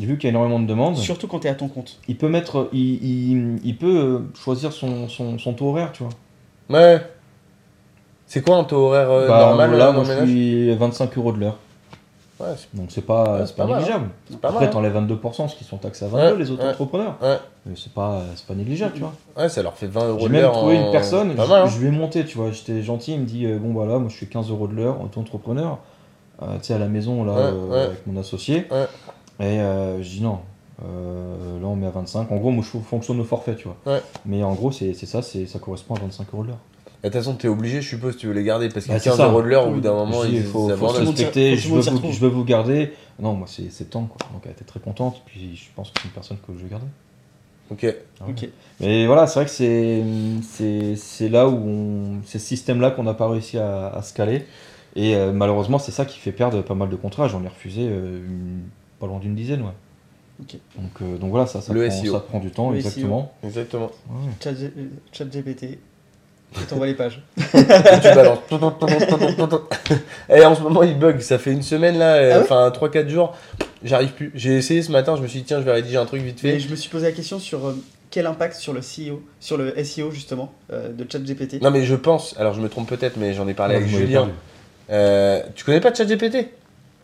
Speaker 3: Et vu qu'il y a énormément de demandes,
Speaker 2: Surtout quand t'es à ton compte.
Speaker 3: il peut mettre, il, il- il peut euh, choisir son, son, son taux horaire, tu vois.
Speaker 1: Ouais. C'est quoi un taux horaire euh,
Speaker 3: Bah,
Speaker 1: normal
Speaker 3: là,
Speaker 1: euh,
Speaker 3: moi,
Speaker 1: dans
Speaker 3: je
Speaker 1: le ménage
Speaker 3: suis 25 euros de l'heure.
Speaker 1: Ouais, c'est
Speaker 3: Donc c'est pas,
Speaker 1: Ouais,
Speaker 3: c'est
Speaker 1: c'est
Speaker 3: pas,
Speaker 1: pas mal,
Speaker 3: négligeable.
Speaker 1: c'est pas
Speaker 3: Après,
Speaker 1: mal. hein.
Speaker 3: t'enlèves 22% ce qui sont taxés à 22,
Speaker 1: Ouais,
Speaker 3: les autres
Speaker 1: ouais.
Speaker 3: entrepreneurs.
Speaker 1: Ouais.
Speaker 3: Mais c'est pas, c'est pas négligeable, tu vois.
Speaker 1: Ouais, ça leur fait 20 euros
Speaker 3: J'ai
Speaker 1: de
Speaker 3: même
Speaker 1: l'heure.
Speaker 3: trouvé
Speaker 1: en-
Speaker 3: une personne,
Speaker 1: Pas
Speaker 3: je,
Speaker 1: mal, hein.
Speaker 3: je lui ai monté, tu vois, j'étais gentil, il me dit euh, Bon, bah là, moi je suis 15 euros de l'heure, auto-entrepreneur, euh, tu sais, à la maison, là,
Speaker 1: Ouais,
Speaker 3: euh,
Speaker 1: ouais.
Speaker 3: avec mon associé.
Speaker 1: Ouais.
Speaker 3: Et euh, je dis Non, euh, là on met à 25. En gros, moi je fonctionne au forfait, tu vois.
Speaker 1: Ouais.
Speaker 3: Mais en gros, c'est c'est ça, c'est- ça correspond à 25 euros de l'heure.
Speaker 1: De toute façon, t'es obligé, je suppose, tu veux les garder parce que
Speaker 3: Bah, c'est
Speaker 1: 15
Speaker 3: ça.
Speaker 1: euros de l'heure, au bout d'un
Speaker 3: Je
Speaker 1: moment,
Speaker 3: dis,
Speaker 1: ils
Speaker 3: faut, faut se
Speaker 1: abandonnent.
Speaker 2: Faut que
Speaker 3: respecter,
Speaker 2: tout
Speaker 3: je
Speaker 2: le monde
Speaker 3: veux,
Speaker 2: s'y
Speaker 3: vous,
Speaker 2: retrouve.
Speaker 3: je veux vous garder. Non, moi c'est septembre, quoi. Donc elle était très contente, puis je pense que c'est une personne que je vais garder.
Speaker 1: Ok.
Speaker 3: Ah ouais.
Speaker 2: Ok.
Speaker 3: Mais voilà, c'est vrai que c'est- c'est c'est là où on, c'est ce système-là qu'on n'a pas réussi à, à se caler. Et euh, malheureusement, c'est ça qui fait perdre pas mal de contrats. J'en ai refusé euh, une- pas loin d'une dizaine, ouais.
Speaker 2: Ok.
Speaker 3: Donc, euh, donc voilà, ça, ça,
Speaker 1: Le E
Speaker 3: prend,
Speaker 1: SEO.
Speaker 3: ça prend du temps,
Speaker 2: Le E
Speaker 3: exactement.
Speaker 1: Exactement.
Speaker 3: Ouais.
Speaker 2: Chat, G- euh, chat GPT. Et t'envoies les pages.
Speaker 1: Et tu balances. Ton, ton, ton, ton, ton, ton, ton. Et en ce moment, il bug. Ça fait une semaine, là, euh,
Speaker 2: Ah ouais
Speaker 1: enfin 3-4 jours. J'arrive plus. J'ai essayé ce matin, je me suis dit, tiens, je vais rédiger un truc vite
Speaker 2: Mais
Speaker 1: fait.
Speaker 2: je me suis posé la question sur euh, quel impact sur le CEO, sur le SEO justement euh, de chat GPT.
Speaker 1: Non, mais je pense, alors je me trompe peut-être, mais j'en ai parlé
Speaker 3: Ouais,
Speaker 1: avec
Speaker 3: vous m'avez
Speaker 1: Julien.
Speaker 3: perdu.
Speaker 1: Euh, tu connais pas ChatGPT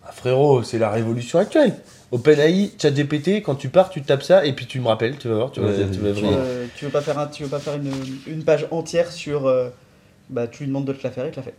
Speaker 1: ah, Frérot, c'est la révolution actuelle. OpenAI, ChatGPT, quand tu pars, tu tapes ça et puis tu me rappelles, tu vas voir, tu vas,
Speaker 3: Vas-y,
Speaker 1: tu vas
Speaker 3: vas-y,
Speaker 2: Tu,
Speaker 1: vriller.
Speaker 2: euh, tu veux pas faire, un- tu veux pas faire une, une page entière sur. euh, bah, tu lui demandes de te la faire et te la fait.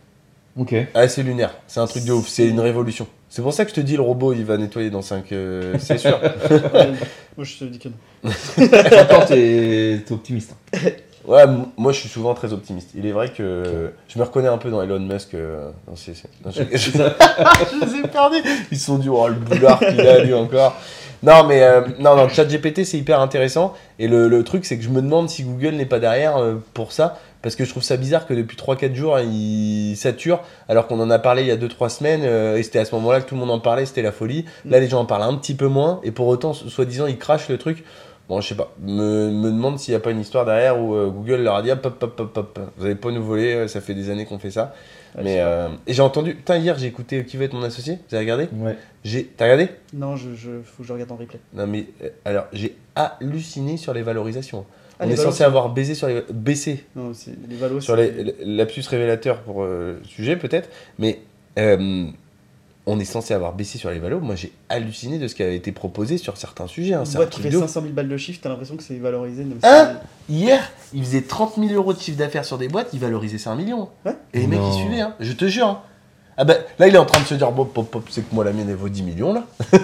Speaker 3: Ok.
Speaker 1: Ah, c'est lunaire, c'est un truc de ouf, c'est une révolution. C'est pour ça que je te dis, le robot, il va nettoyer dans 5. c'est sûr.
Speaker 2: Euh, Moi, je te dis que non.
Speaker 3: Encore, t'es t'es optimiste. hein.
Speaker 1: Ouais, m- moi je suis souvent très optimiste. Il est vrai que euh, je me reconnais un peu dans Elon Musk. euh, dans ses- ses- non, je, je- je les ai perdus. Ils se sont dit, oh le boulard qu'il a lui encore. Non, mais euh, non, non, ChatGPT c'est hyper intéressant. Et le, le truc, c'est que je me demande si Google n'est pas derrière euh, pour ça. Parce que je trouve ça bizarre que depuis 3-4 jours, ils saturent. Alors qu'on en a parlé il y a 2-3 semaines. euh, et c'était à ce moment-là que tout le monde en parlait. C'était la folie. Là, les gens en parlent un petit peu moins. Et pour autant, soi-disant, ils crachent le truc. Bon, je sais pas. Me, me demande s'il n'y a pas une histoire derrière où euh, Google leur a dit hop, hop, hop, hop, hop, vous allez pas nous voler, euh, ça fait des années qu'on fait ça.
Speaker 2: Ouais,
Speaker 1: Mais
Speaker 2: c'est
Speaker 1: euh, et j'ai entendu. Putain, hier j'ai écouté euh, Qui veut être mon associé Vous avez regardé
Speaker 3: Ouais.
Speaker 1: J'ai. T'as regardé
Speaker 2: Non, je, je, faut que je regarde en replay.
Speaker 1: Non mais euh, alors j'ai halluciné sur les valorisations.
Speaker 2: Ah,
Speaker 1: On
Speaker 2: les
Speaker 1: est
Speaker 2: valos,
Speaker 1: censé avoir baisé sur les baissé
Speaker 2: Non, c'est les valos.
Speaker 1: sur
Speaker 2: c'est-
Speaker 1: les l- lapsus révélateur pour euh, le sujet peut-être, mais euh, on est censé avoir baissé sur les valos. Moi j'ai halluciné de ce qui avait été proposé sur certains sujets. hein.
Speaker 2: Une
Speaker 1: C'est un
Speaker 2: boîte qui
Speaker 1: truc de
Speaker 2: fait
Speaker 1: ouf.
Speaker 2: 500 000 balles de chiffre, t'as l'impression que c'est valorisé. mais
Speaker 1: Hein
Speaker 2: c'est-
Speaker 1: Hier, il faisait 30 000 euros de chiffre d'affaires sur des boîtes, il valorisait 5 millions.
Speaker 2: Ouais.
Speaker 1: Et les mecs,
Speaker 3: Non.
Speaker 1: ils suivaient, hein. je te jure. hein. Ah bah, là, il est en train de se dire, bon, pop, pop, c'est que moi, la mienne, elle vaut 10 millions, là.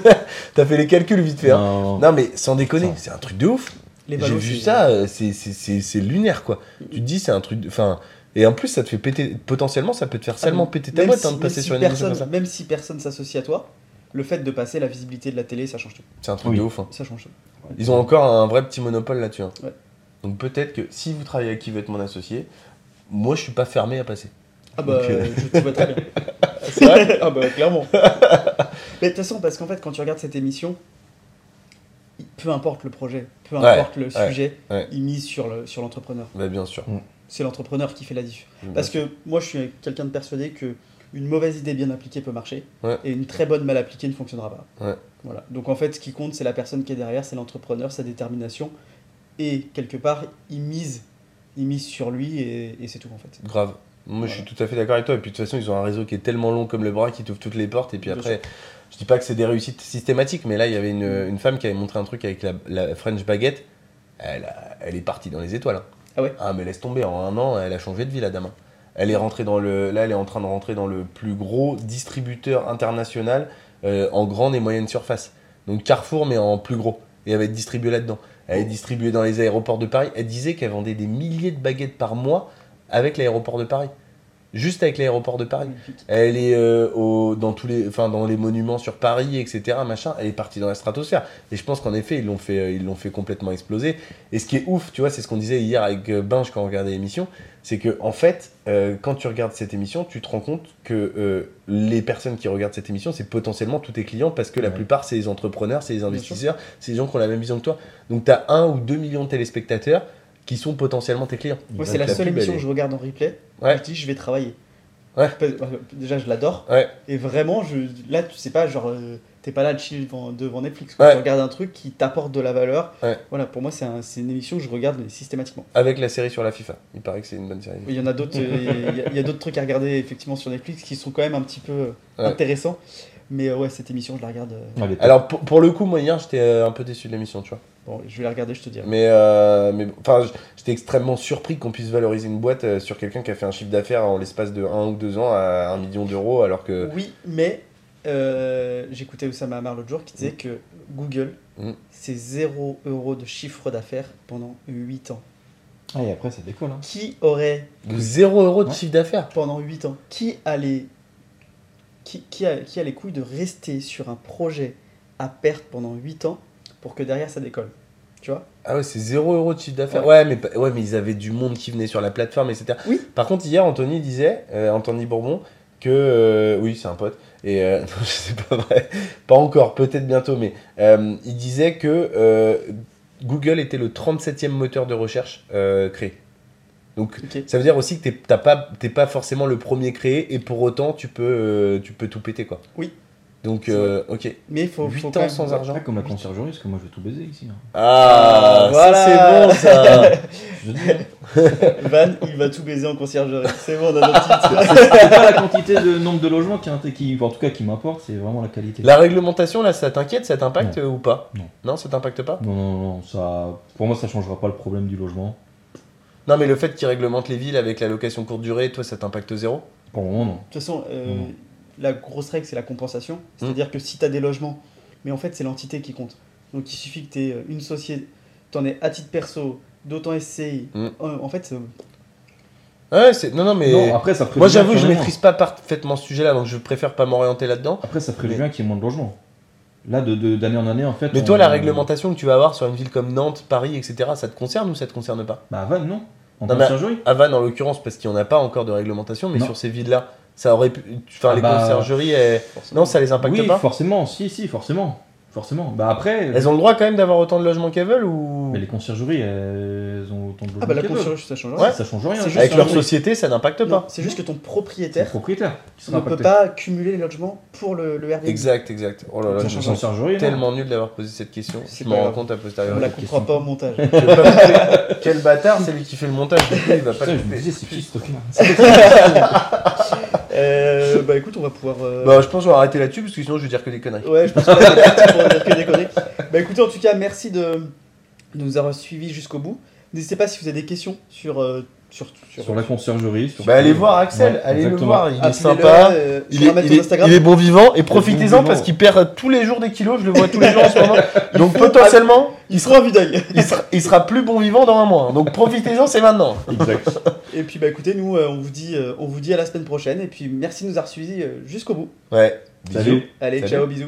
Speaker 1: T'as fait les calculs vite fait. hein.
Speaker 3: Non.
Speaker 1: Non, mais sans déconner,
Speaker 3: Ça.
Speaker 1: c'est un truc de ouf.
Speaker 2: Les
Speaker 1: J'ai
Speaker 2: valos,
Speaker 1: vu
Speaker 2: c'est-
Speaker 1: ça, euh, c'est- c'est c'est- c'est lunaire, quoi. Tu te dis, c'est un truc. de- Enfin, et en plus, ça te fait péter. Potentiellement, ça peut te faire salement
Speaker 2: Ah, mais
Speaker 1: péter ta
Speaker 2: Même
Speaker 1: boîte
Speaker 2: si-
Speaker 1: hein, de
Speaker 2: même
Speaker 1: passer
Speaker 2: si
Speaker 1: sur une émission
Speaker 2: personne,
Speaker 1: comme ça.
Speaker 2: Même si personne s'associe à toi, le fait de passer la visibilité de la télé, ça change tout.
Speaker 1: C'est un truc
Speaker 3: Oui.
Speaker 1: de ouf. hein.
Speaker 2: Ça change tout.
Speaker 1: Ils ont encore un vrai petit monopole là-dessus. hein.
Speaker 2: Ouais.
Speaker 1: Donc peut-être que si vous travaillez à qui veut être mon associé, moi, je suis pas fermé à passer.
Speaker 2: Ah bah,
Speaker 1: Donc, euh,
Speaker 2: je te vois très bien.
Speaker 1: C'est vrai
Speaker 2: ah bah, clairement. Mais de toute façon, parce qu'en fait, quand tu regardes cette émission, peu importe le projet, peu
Speaker 1: Ouais,
Speaker 2: importe le
Speaker 1: ouais,
Speaker 2: sujet,
Speaker 1: ouais.
Speaker 2: ils misent sur le- sur l'entrepreneur.
Speaker 1: Bah, bien sûr.
Speaker 2: c'est l'entrepreneur qui fait la diff. Parce que moi, je suis quelqu'un de persuadé que une mauvaise idée bien appliquée peut marcher
Speaker 1: Ouais.
Speaker 2: et une très bonne mal appliquée ne fonctionnera pas.
Speaker 1: Ouais.
Speaker 2: Voilà. Donc en fait, ce qui compte, c'est la personne qui est derrière, c'est l'entrepreneur, sa détermination et quelque part, il mise, il mise sur lui et, et c'est tout en fait.
Speaker 1: Grave. Moi, je suis tout à fait d'accord avec toi. Et puis, de toute façon, ils ont un réseau qui est tellement long comme le bras qui t'ouvre toutes les portes. Et puis
Speaker 2: Bien
Speaker 1: après, je dis pas que c'est des réussites systématiques, mais là, il y avait une, une femme qui avait montré un truc avec la, la French baguette. Elle, a- elle est partie dans les étoiles. hein.
Speaker 2: Ah ouais
Speaker 1: Ah, mais laisse tomber. En un an, elle a changé de vie, la dame. hein. Elle est rentrée dans le. Là, elle est en train de rentrer dans le plus gros distributeur international euh, en grande et moyenne surface. Donc Carrefour, mais en plus gros. Et elle va être distribuée là-dedans. Elle est distribuée dans les aéroports de Paris. Elle disait qu'elle vendait des milliers de baguettes par mois avec l'aéroport de Paris. juste avec l'aéroport de Paris.
Speaker 2: Magnifique.
Speaker 1: Elle est euh, au- dans, tous les, enfin, dans les monuments sur Paris, etc. Machin. Elle est partie dans la stratosphère. Et je pense qu'en effet, ils l'ont fait, euh, ils l'ont fait complètement exploser. Et ce qui est ouf, tu vois, c'est ce qu'on disait hier avec euh, Binge quand on regardait l'émission, c'est que en fait, euh, quand tu regardes cette émission, tu te rends compte que euh, les personnes qui regardent cette émission, c'est potentiellement tous tes clients parce que la
Speaker 3: Ouais.
Speaker 1: plupart, c'est les entrepreneurs, c'est les investisseurs, c'est les gens qui ont la même vision que toi. Donc tu as un ou deux millions de téléspectateurs qui sont potentiellement tes clients.
Speaker 2: Moi, c'est la
Speaker 1: la
Speaker 2: seule
Speaker 1: pub,
Speaker 2: émission
Speaker 1: elle est-
Speaker 2: que je regarde en replay.
Speaker 1: Ouais.
Speaker 2: Je dis, je vais travailler.
Speaker 1: Ouais.
Speaker 2: Parce- euh, Déjà, je l'adore.
Speaker 1: Ouais.
Speaker 2: Et vraiment, je, là, tu sais pas, genre, euh, t'es pas là à chill devant, devant Netflix. quoi.
Speaker 1: Ouais.
Speaker 2: Tu regardes un truc qui t'apporte de la valeur.
Speaker 1: Ouais.
Speaker 2: Voilà, pour moi, c'est un- c'est une émission que je regarde mais systématiquement.
Speaker 1: Avec la série sur la FIFA. Il paraît que c'est une bonne série.
Speaker 2: Il y en a d'autres, euh, il y a- il y a, d'autres trucs à regarder effectivement sur Netflix qui sont quand même un petit peu euh,
Speaker 1: Ouais.
Speaker 2: intéressants. Mais euh, ouais, cette émission, je la regarde. euh,
Speaker 3: Elle est top.
Speaker 1: Alors pour, pour le coup, moi hier, j'étais euh, un peu déçu de l'émission, tu vois.
Speaker 2: bon, je vais la regarder, je te dirai.
Speaker 1: Mais euh, mais bon, enfin, j- j'étais extrêmement surpris qu'on puisse valoriser une boîte euh, sur quelqu'un qui a fait un chiffre d'affaires en l'espace de 1 ou 2 ans à 1 million d'euros, alors que
Speaker 2: Oui, mais euh, j'écoutais Oussama Hamar l'autre jour qui disait que Google,
Speaker 1: Mm.
Speaker 2: c'est 0 euros de chiffre d'affaires pendant 8 ans.
Speaker 3: Ah, et après, ça décolle. Hein.
Speaker 2: Qui aurait,
Speaker 1: 0 euros de
Speaker 3: Ouais.
Speaker 1: chiffre d'affaires.
Speaker 2: pendant 8 ans, qui a les, qui, qui a, qui a les couilles de rester sur un projet à perte pendant 8 ans pour que derrière ça décolle Tu vois
Speaker 1: Ah ouais, c'est 0 euros de chiffre d'affaires.
Speaker 2: Ouais.
Speaker 1: Ouais. mais, pa- ouais, mais ils avaient du monde qui venait sur la plateforme, etc.
Speaker 2: Oui.
Speaker 1: Par contre, hier, Anthony disait, euh, Anthony Bourbon, que. euh, oui, c'est un pote. Et euh, non, je sais pas vrai. Pas encore, peut-être bientôt, mais euh, il disait que euh, Google était le 37e moteur de recherche euh, créé. Donc,
Speaker 2: Ok.
Speaker 1: ça veut dire aussi que t'es t'as pas, t'es pas forcément le premier créé et pour autant, tu peux, euh, tu peux tout péter, quoi.
Speaker 2: Oui.
Speaker 1: Donc,
Speaker 2: C'est
Speaker 1: euh, ok.
Speaker 2: Mais il faut,
Speaker 1: 8
Speaker 2: faut
Speaker 1: ans
Speaker 2: quand même-
Speaker 1: sans argent.
Speaker 3: Pas comme la conciergerie, parce que moi, je vais tout baiser ici. hein.
Speaker 1: Ah, ça, c'est
Speaker 2: Voilà.
Speaker 1: bon, ça.
Speaker 3: Je te dis, hein.
Speaker 2: Van, il va tout baiser en conciergerie. C'est bon, on a notre titre.
Speaker 3: c'est pas la quantité de nombre de logements qui, int- qui en tout cas, qui m'importe, c'est vraiment la qualité.
Speaker 1: La réglementation, là, ça t'inquiète, ça t'impacte euh, ou pas
Speaker 3: Non.
Speaker 1: Non, ça t'impacte pas
Speaker 3: Non, non, non, ça, pour moi, ça changera pas le problème du logement.
Speaker 1: Non, mais le fait qu'ils réglementent les villes avec la location courte durée, toi, ça t'impacte zéro
Speaker 3: Pour le moment, non.
Speaker 2: De toute façon, euh,
Speaker 3: Non,
Speaker 1: Mmh.
Speaker 3: non.
Speaker 2: la grosse règle, c'est la compensation. C'est-à-dire que si tu as des logements, mais en fait, c'est l'entité qui compte. Donc, il suffit que tu aies une société, tu en aies à titre perso, d'autant SCI.
Speaker 1: Mm.
Speaker 2: Euh, en fait, c'est-
Speaker 1: Ah Ouais, c'est. Non, non, mais.
Speaker 3: Non, après, ça ferait
Speaker 1: Moi,
Speaker 3: du bien
Speaker 1: j'avoue,
Speaker 3: qu'il y
Speaker 1: je
Speaker 3: en ait
Speaker 1: maîtrise pas parfaitement ce sujet-là, donc je préfère pas m'orienter là-dedans.
Speaker 3: moins. Après, ça ferait du
Speaker 1: Mais-
Speaker 3: bien qu'il y ait moins de logements. Là, d'année de, d'année en année, en fait.
Speaker 1: Mais
Speaker 3: on-
Speaker 1: toi, la réglementation que tu vas avoir sur une ville comme Nantes, Paris, etc., ça te concerne ou ça te concerne pas
Speaker 3: Bah, Vannes, non. En
Speaker 1: Non, mais-
Speaker 3: conciergerie
Speaker 1: À Vannes, en l'occurrence, parce qu'il n'y en a pas encore de réglementation, mais
Speaker 3: Non.
Speaker 1: sur ces villes-là, ça aurait pu. Enfin,
Speaker 3: Ah
Speaker 1: les
Speaker 3: bah-
Speaker 1: conciergeries, elles-
Speaker 2: forcément.
Speaker 1: non, ça les impacte
Speaker 3: Oui,
Speaker 1: pas
Speaker 3: forcément, si, si, forcément. Forcément. Bah, après.
Speaker 1: Elles ont le droit quand même d'avoir autant de logements qu'elles veulent ou.
Speaker 3: Mais les conciergeries, elles ont autant de logements.
Speaker 2: Ah, bah la
Speaker 3: qu'elles veulent.
Speaker 2: conciergerie, ça change rien.
Speaker 1: Ouais.
Speaker 3: Ça change rien.
Speaker 2: C'est
Speaker 3: juste
Speaker 1: Avec
Speaker 3: un
Speaker 1: leur
Speaker 3: truc.
Speaker 1: société, ça n'impacte
Speaker 2: Non,
Speaker 1: pas.
Speaker 2: C'est juste que ton
Speaker 3: C'est le
Speaker 2: propriétaire
Speaker 3: propriétaire qui sera
Speaker 2: ne peut
Speaker 3: impacté.
Speaker 2: pas cumuler les logements pour le, le Airbnb.
Speaker 1: Exact, exact. Oh là là,
Speaker 3: La
Speaker 1: je me sens
Speaker 3: conciergerie, hein. non.
Speaker 1: tellement nul d'avoir posé cette question.
Speaker 2: C'est
Speaker 1: Je me
Speaker 2: pas
Speaker 1: rends
Speaker 2: grave.
Speaker 1: compte à
Speaker 2: On
Speaker 1: posteriori.
Speaker 2: la
Speaker 3: Quelle
Speaker 2: comprend
Speaker 3: question.
Speaker 2: pas au montage.
Speaker 1: Je vais pas couper. Quel bâtard, c'est lui qui fait le montage. du coup, il va pas le
Speaker 3: Putain, je me
Speaker 1: couper.
Speaker 3: disais, c'est qui ce truc-là
Speaker 2: Euh, bah écoute, on va pouvoir. euh,
Speaker 1: Bah, je pense qu'on va arrêter là-dessus parce que sinon je vais dire que des conneries.
Speaker 2: Ouais, je pense qu'on va être parti pour dire que des conneries. Bah écoutez, en tout cas, merci de, de nous avoir suivis jusqu'au bout. N'hésitez pas si vous avez des questions sur. euh, sur, sur,
Speaker 3: Sur la conciergerie. sur-
Speaker 1: Bah, allez voir Axel,
Speaker 3: Ouais,
Speaker 1: allez
Speaker 3: exactement.
Speaker 1: le voir, il est
Speaker 2: Appelez-le,
Speaker 1: sympa.
Speaker 2: euh, je
Speaker 1: Il
Speaker 2: vais
Speaker 1: est,
Speaker 2: remettre
Speaker 1: il est-
Speaker 2: ton Instagram.
Speaker 1: il est bon vivant et
Speaker 3: bon
Speaker 1: profitez-en
Speaker 3: vivant.
Speaker 1: parce qu'il perd euh, tous les jours des kilos, je le vois tous les jours en ce moment. Donc potentiellement,
Speaker 2: Il sera en vue d'œil.
Speaker 1: il sera, il sera plus bon vivant dans un mois. Donc profitez-en, c'est maintenant.
Speaker 3: Exact.
Speaker 2: Et puis bah écoutez, nous euh, on vous dit euh, on vous dit à la semaine prochaine et puis merci de nous avoir suivis euh, jusqu'au bout.
Speaker 1: Ouais.
Speaker 3: Salut.
Speaker 2: Allez,
Speaker 1: Salut.
Speaker 2: ciao, bisous.